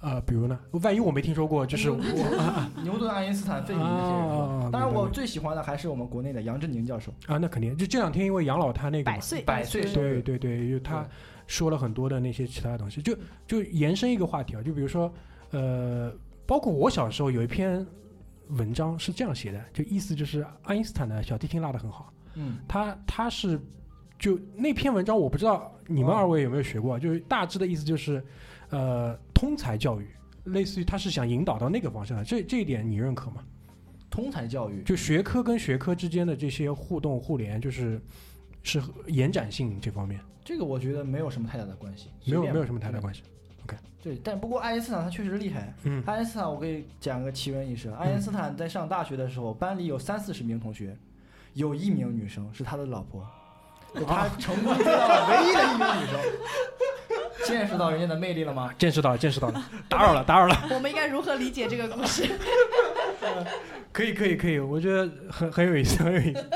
啊！比如呢，万一我没听说过，就是我
牛顿、爱因斯坦、费米那些人
啊
嘛。当然，
明白
我最喜欢的还是我们国内的杨振宁教授，
啊，那肯定就这两天因为养老他那个嘛
百岁
百岁生
对
日。
对对，就他说了很多的那些其他的东西，就就延伸一个话题啊，就比如说，呃，包括我小时候有一篇文章是这样写的，就意思就是爱因斯坦的小提琴拉得很好，
嗯，
他他是就那篇文章我不知道你们
哦
二位有没有学过，就是大致的意思就是，呃，通才教育类似于他是想引导到那个方向的，这这一点你认可吗？
通才教育，
就学科跟学科之间的这些互动互联，就是是延展性这方面，
这个我觉得没有什么太大的关系，
没有
随便
没有
吧
什么太大关系。
对，但不过爱因斯坦他确实厉害。
嗯
爱因斯坦，我给讲个奇闻异事。爱因斯坦在上大学的时候，班里有三四十名同学，有一名女生是他的老婆，就他成功追到了唯一的一名女生。见识到人家的魅力了吗？
见识到了，见识到了，打扰了，打扰了。
我们应该如何理解这个故事？
可以，可以，可以，我觉得很很有意思，很有意思。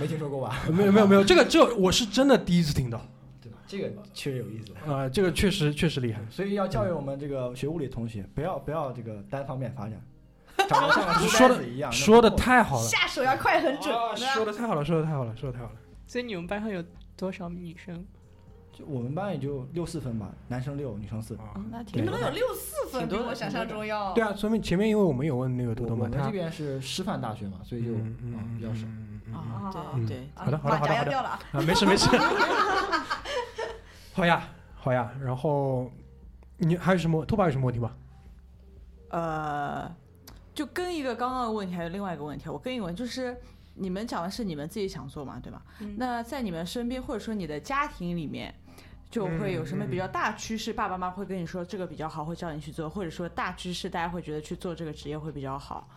没听说过吧？
没有，没有，没有，这个这我是真的第一次听到。
对吧？这个确实有意思。
啊，这个确实确实厉害。
所以要教育我们这个学物理同学，不要不要这个单方面发展，长得像 个书
说
呆
得
子一样。那
说的
不
太好了，
下手要快很准，
啊
对吧
说的太好了，说的太好了，说的太好了。
所以你们班上有多少女生？
就我们班也就六四分吧，男生六，女生四。
啊
哦，那
对
你
挺
们
多
都
的
有六四分，
挺
比
多的
我想象中要
对啊，说明前面因为我们有问那个多
我
多
哦我
嘛，
们
他
这边是师范大学嘛，所以就
嗯嗯
啊
嗯
比较少。
嗯嗯嗯嗯
啊，
嗯
对
嗯
对，
好的好的
马
好的
甲
好
要
的
掉了啊。
啊，没事没事。 好呀好呀，然后你还有什么？兔爸有什么问题吗？
呃，就跟一个刚刚的问题，还有另外一个问题，我跟一个问题就是。你们讲的是你们自己想做嘛，对吧？
嗯
那在你们身边或者说你的家庭里面，就会有什么比较大趋势？爸爸妈妈会跟你说这个比较好，会叫你去做，或者说大趋势，大家会觉得去做这个职业会比较好，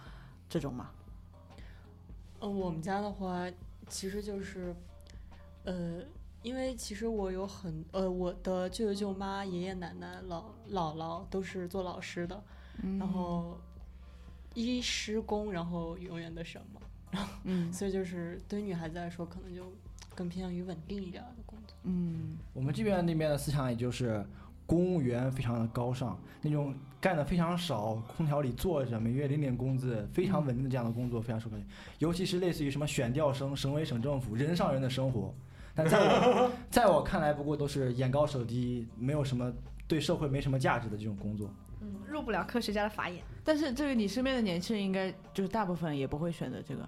这种吗？
呃，我们家的话，其实就是，呃，因为其实我有很呃，我的舅舅舅妈、爷爷奶奶、姥姥姥都是做老师的，然后一师公，然后永远的什么，
嗯
所以就是对于女孩子来说，可能就更偏向于稳定一点的工作。
嗯
我们这边那边的思想也就是，公务员非常的高尚，那种干的非常少，空调里坐着，每月领点工资，非常稳定的这样的工作非常受欢迎。尤其是类似于什么选调生、省委省政府，人上人的生活。但在我 在我看来，不过都是眼高手低，没有什么对社会没什么价值的这种工作。
嗯入不了科学家的法眼。
但是这个你身边的年轻人应该就是大部分也不会选择这个。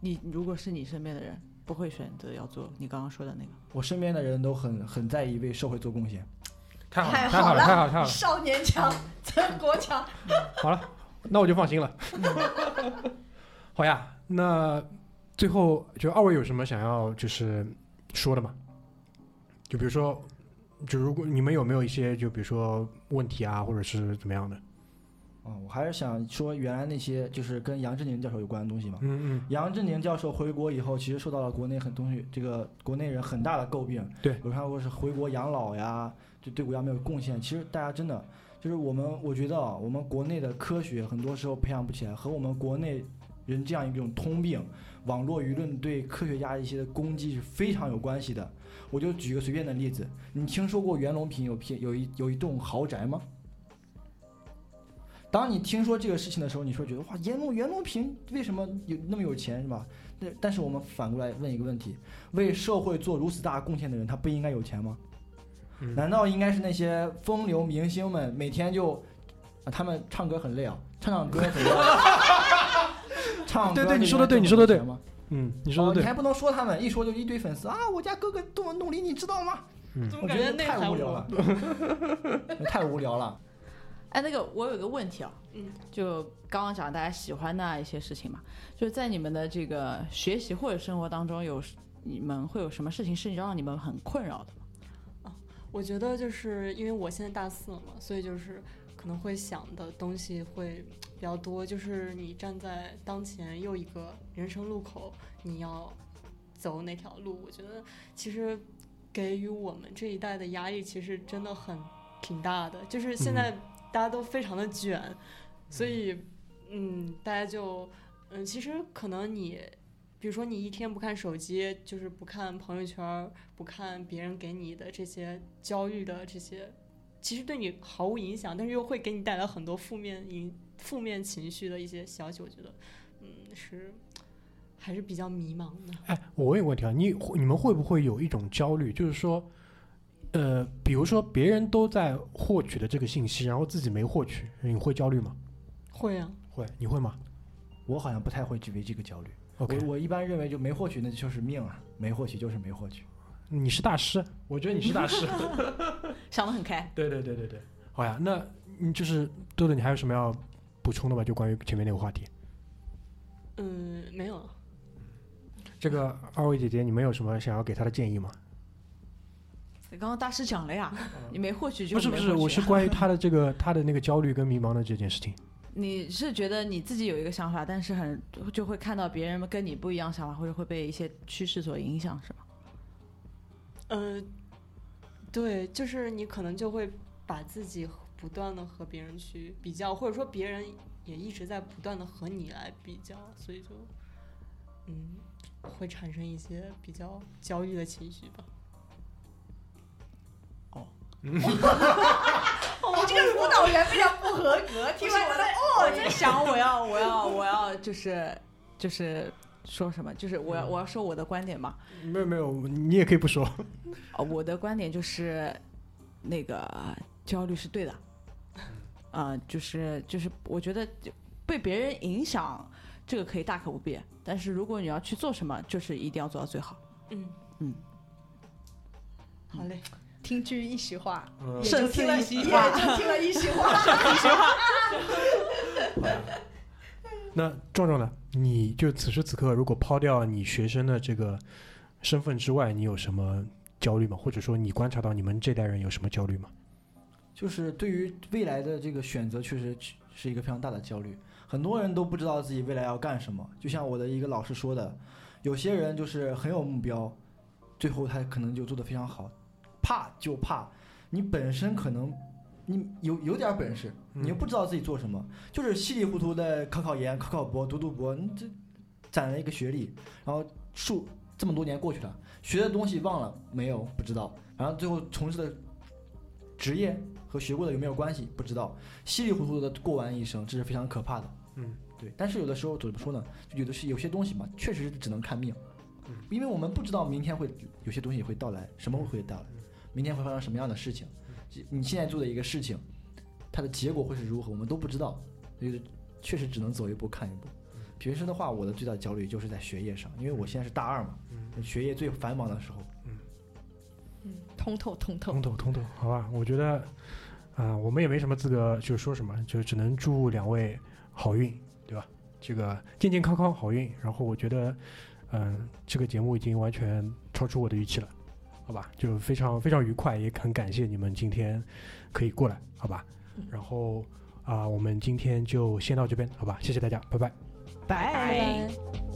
你如果是你身边的人，不会选择要做你刚刚说的那个。
我身边的人都很很在意为社会做贡献。
太好了，
太
太
好
好了，
了
太好了，太好了，
少年 强，曾国强，
好了，那我就放心了。好呀，那最后就二位有什么想要就是说的吗？就比如说，就如果你们有没有一些就比如说问题啊，或者是怎么样的？
啊、我还是想说原来那些就是跟杨振宁教授有关的东西嘛。
嗯
杨振宁教授回国以后，其实受到了国内很东西这个国内人很大的诟病。
对
有看过是回国养老呀，就对国家没有贡献。其实大家真的就是我们，我觉得啊，我们国内的科学很多时候培养不起来，和我们国内人这样一种通病，网络舆论对科学家一些的攻击是非常有关系的。我就举个随便的例子，你听说过袁隆平有片有一有一栋豪宅吗？当你听说这个事情的时候，你说觉得哇，袁隆袁隆平为什么有那么有钱是吧？那但是我们反过来问一个问题：为社会做如此大贡献的人，他不应该有钱吗？
嗯
难道应该是那些风流明星们每天就，啊、他们唱歌很累啊，唱唱歌怎么样？ 唱歌
对对你
应
说得
该
对
挣
你说得
很多
对
钱吗
嗯，你
哦
说的
你
对。
还不能说他们，一说就一堆粉丝啊！我家哥哥动了弄梨，你知道吗？
嗯
怎
我
么感
觉得
觉内
太
涵
无聊了
我？，
太无聊了。
哎，那个我有一个问题啊，
嗯，
就刚刚讲大家喜欢的一些事情嘛，就是在你们的这个学习或者生活当中有，你们会有什么事情是让你们很困扰的吗？
我觉得就是因为我现在大四了嘛，所以就是可能会想的东西会比较多。就是你站在当前又一个人生路口，你要走哪条路？我觉得其实给予我们这一代的压力其实真的很挺大的。就是现在大家都非常的卷，所以嗯，大家就嗯，其实可能你。比如说，你一天不看手机，就是不看朋友圈儿，不看别人给你的这些焦虑的这些，其实对你毫无影响，但是又会给你带来很多负面影负面情绪的一些消息，我觉得，嗯，是还是比较迷茫的。
哎，我问一个问题啊，你你们会不会有一种焦虑，就是说，呃，比如说别人都在获取的这个信息，然后自己没获取，你会焦虑吗？
会啊，
会，你会吗
我好像不太会去为这个焦虑。
？OK，
我我一般认为就没获取那就是命啊，没获取就是没获取。
你是大师，我觉得你是大师。
想得很开，
对对对对对，好呀，那嗯就是豆豆，你还有什么要补充的吗？就关于前面那个话题，
嗯，没有了。
这个二位姐姐，你们有什么想要给她的建议吗？
你刚刚大师讲了呀，你没获取就
不是不
没
是，
获
我
取
是关于她的这个她的那个焦虑跟迷茫的这件事情。
你是觉得你自己有一个想法，但是很就会看到别人跟你不一样想法，或者会被一些趋势所影响，是吗？
呃，对，就是你可能就会把自己和不断的和别人去比较，或者说别人也一直在不断的和你来比较，所以就嗯，会产生一些比较焦虑的情绪吧。
你这个舞蹈员非常不合格，听哦完我的
哦我在想，我要，我要，我要，就是，就是说什么？就是我要，我要说我的观点嘛。
没有没有，你也可以不说。
呃，我的观点就是，那个焦虑是对的。呃，就是就是，我觉得就被别人影响，这个可以大可不必。但是如果你要去做什么，就是一定要做到最好。
嗯
嗯，
好嘞，
听君一席话，
嗯
也就听了
胜似一席话
也就听了一席话。
那壮壮呢？你就此时此刻，如果抛掉你学生的这个身份之外，你有什么焦虑吗？或者说你观察到你们这代人有什么焦虑吗？
就是对于未来的这个选择，确实是一个非常大的焦虑。很多人都不知道自己未来要干什么。就像我的一个老师说的，有些人就是很有目标，最后他可能就做得非常好。怕就怕你本身可能你有有点本事，
嗯
你又不知道自己做什么，就是稀里糊涂的考考研、考考博、读读博，你这攒了一个学历，然后数这么多年过去了，学的东西忘了没有？不知道。然后最后从事的职业和学过的有没有关系？不知道，稀里糊涂的过完一生，这是非常可怕的。
嗯，
对。但是有的时候怎么说呢？就有的是有些东西嘛，确实是只能看命
嗯，
因为我们不知道明天会有些东西会到来，什么会到来，
嗯
明天会发生什么样的事情，你现在做的一个事情，它的结果会是如何，我们都不知道，所以确实只能走一步看一步。
嗯
平时的话，我的最大的焦虑就是在学业上，因为我现在是大二嘛，
嗯
学业最繁忙的时候。
通透通透
通，透通透，好吧，我觉得啊、我们也没什么资格就是说什么，就只能祝两位好运，对吧？这个健健康康好运。然后我觉得，嗯、这个节目已经完全超出我的预期了，好吧？就非常非常愉快，也很感谢你们今天可以过来，好吧？然后啊、我们今天就先到这边，好吧？谢谢大家，拜拜。
拜。
拜拜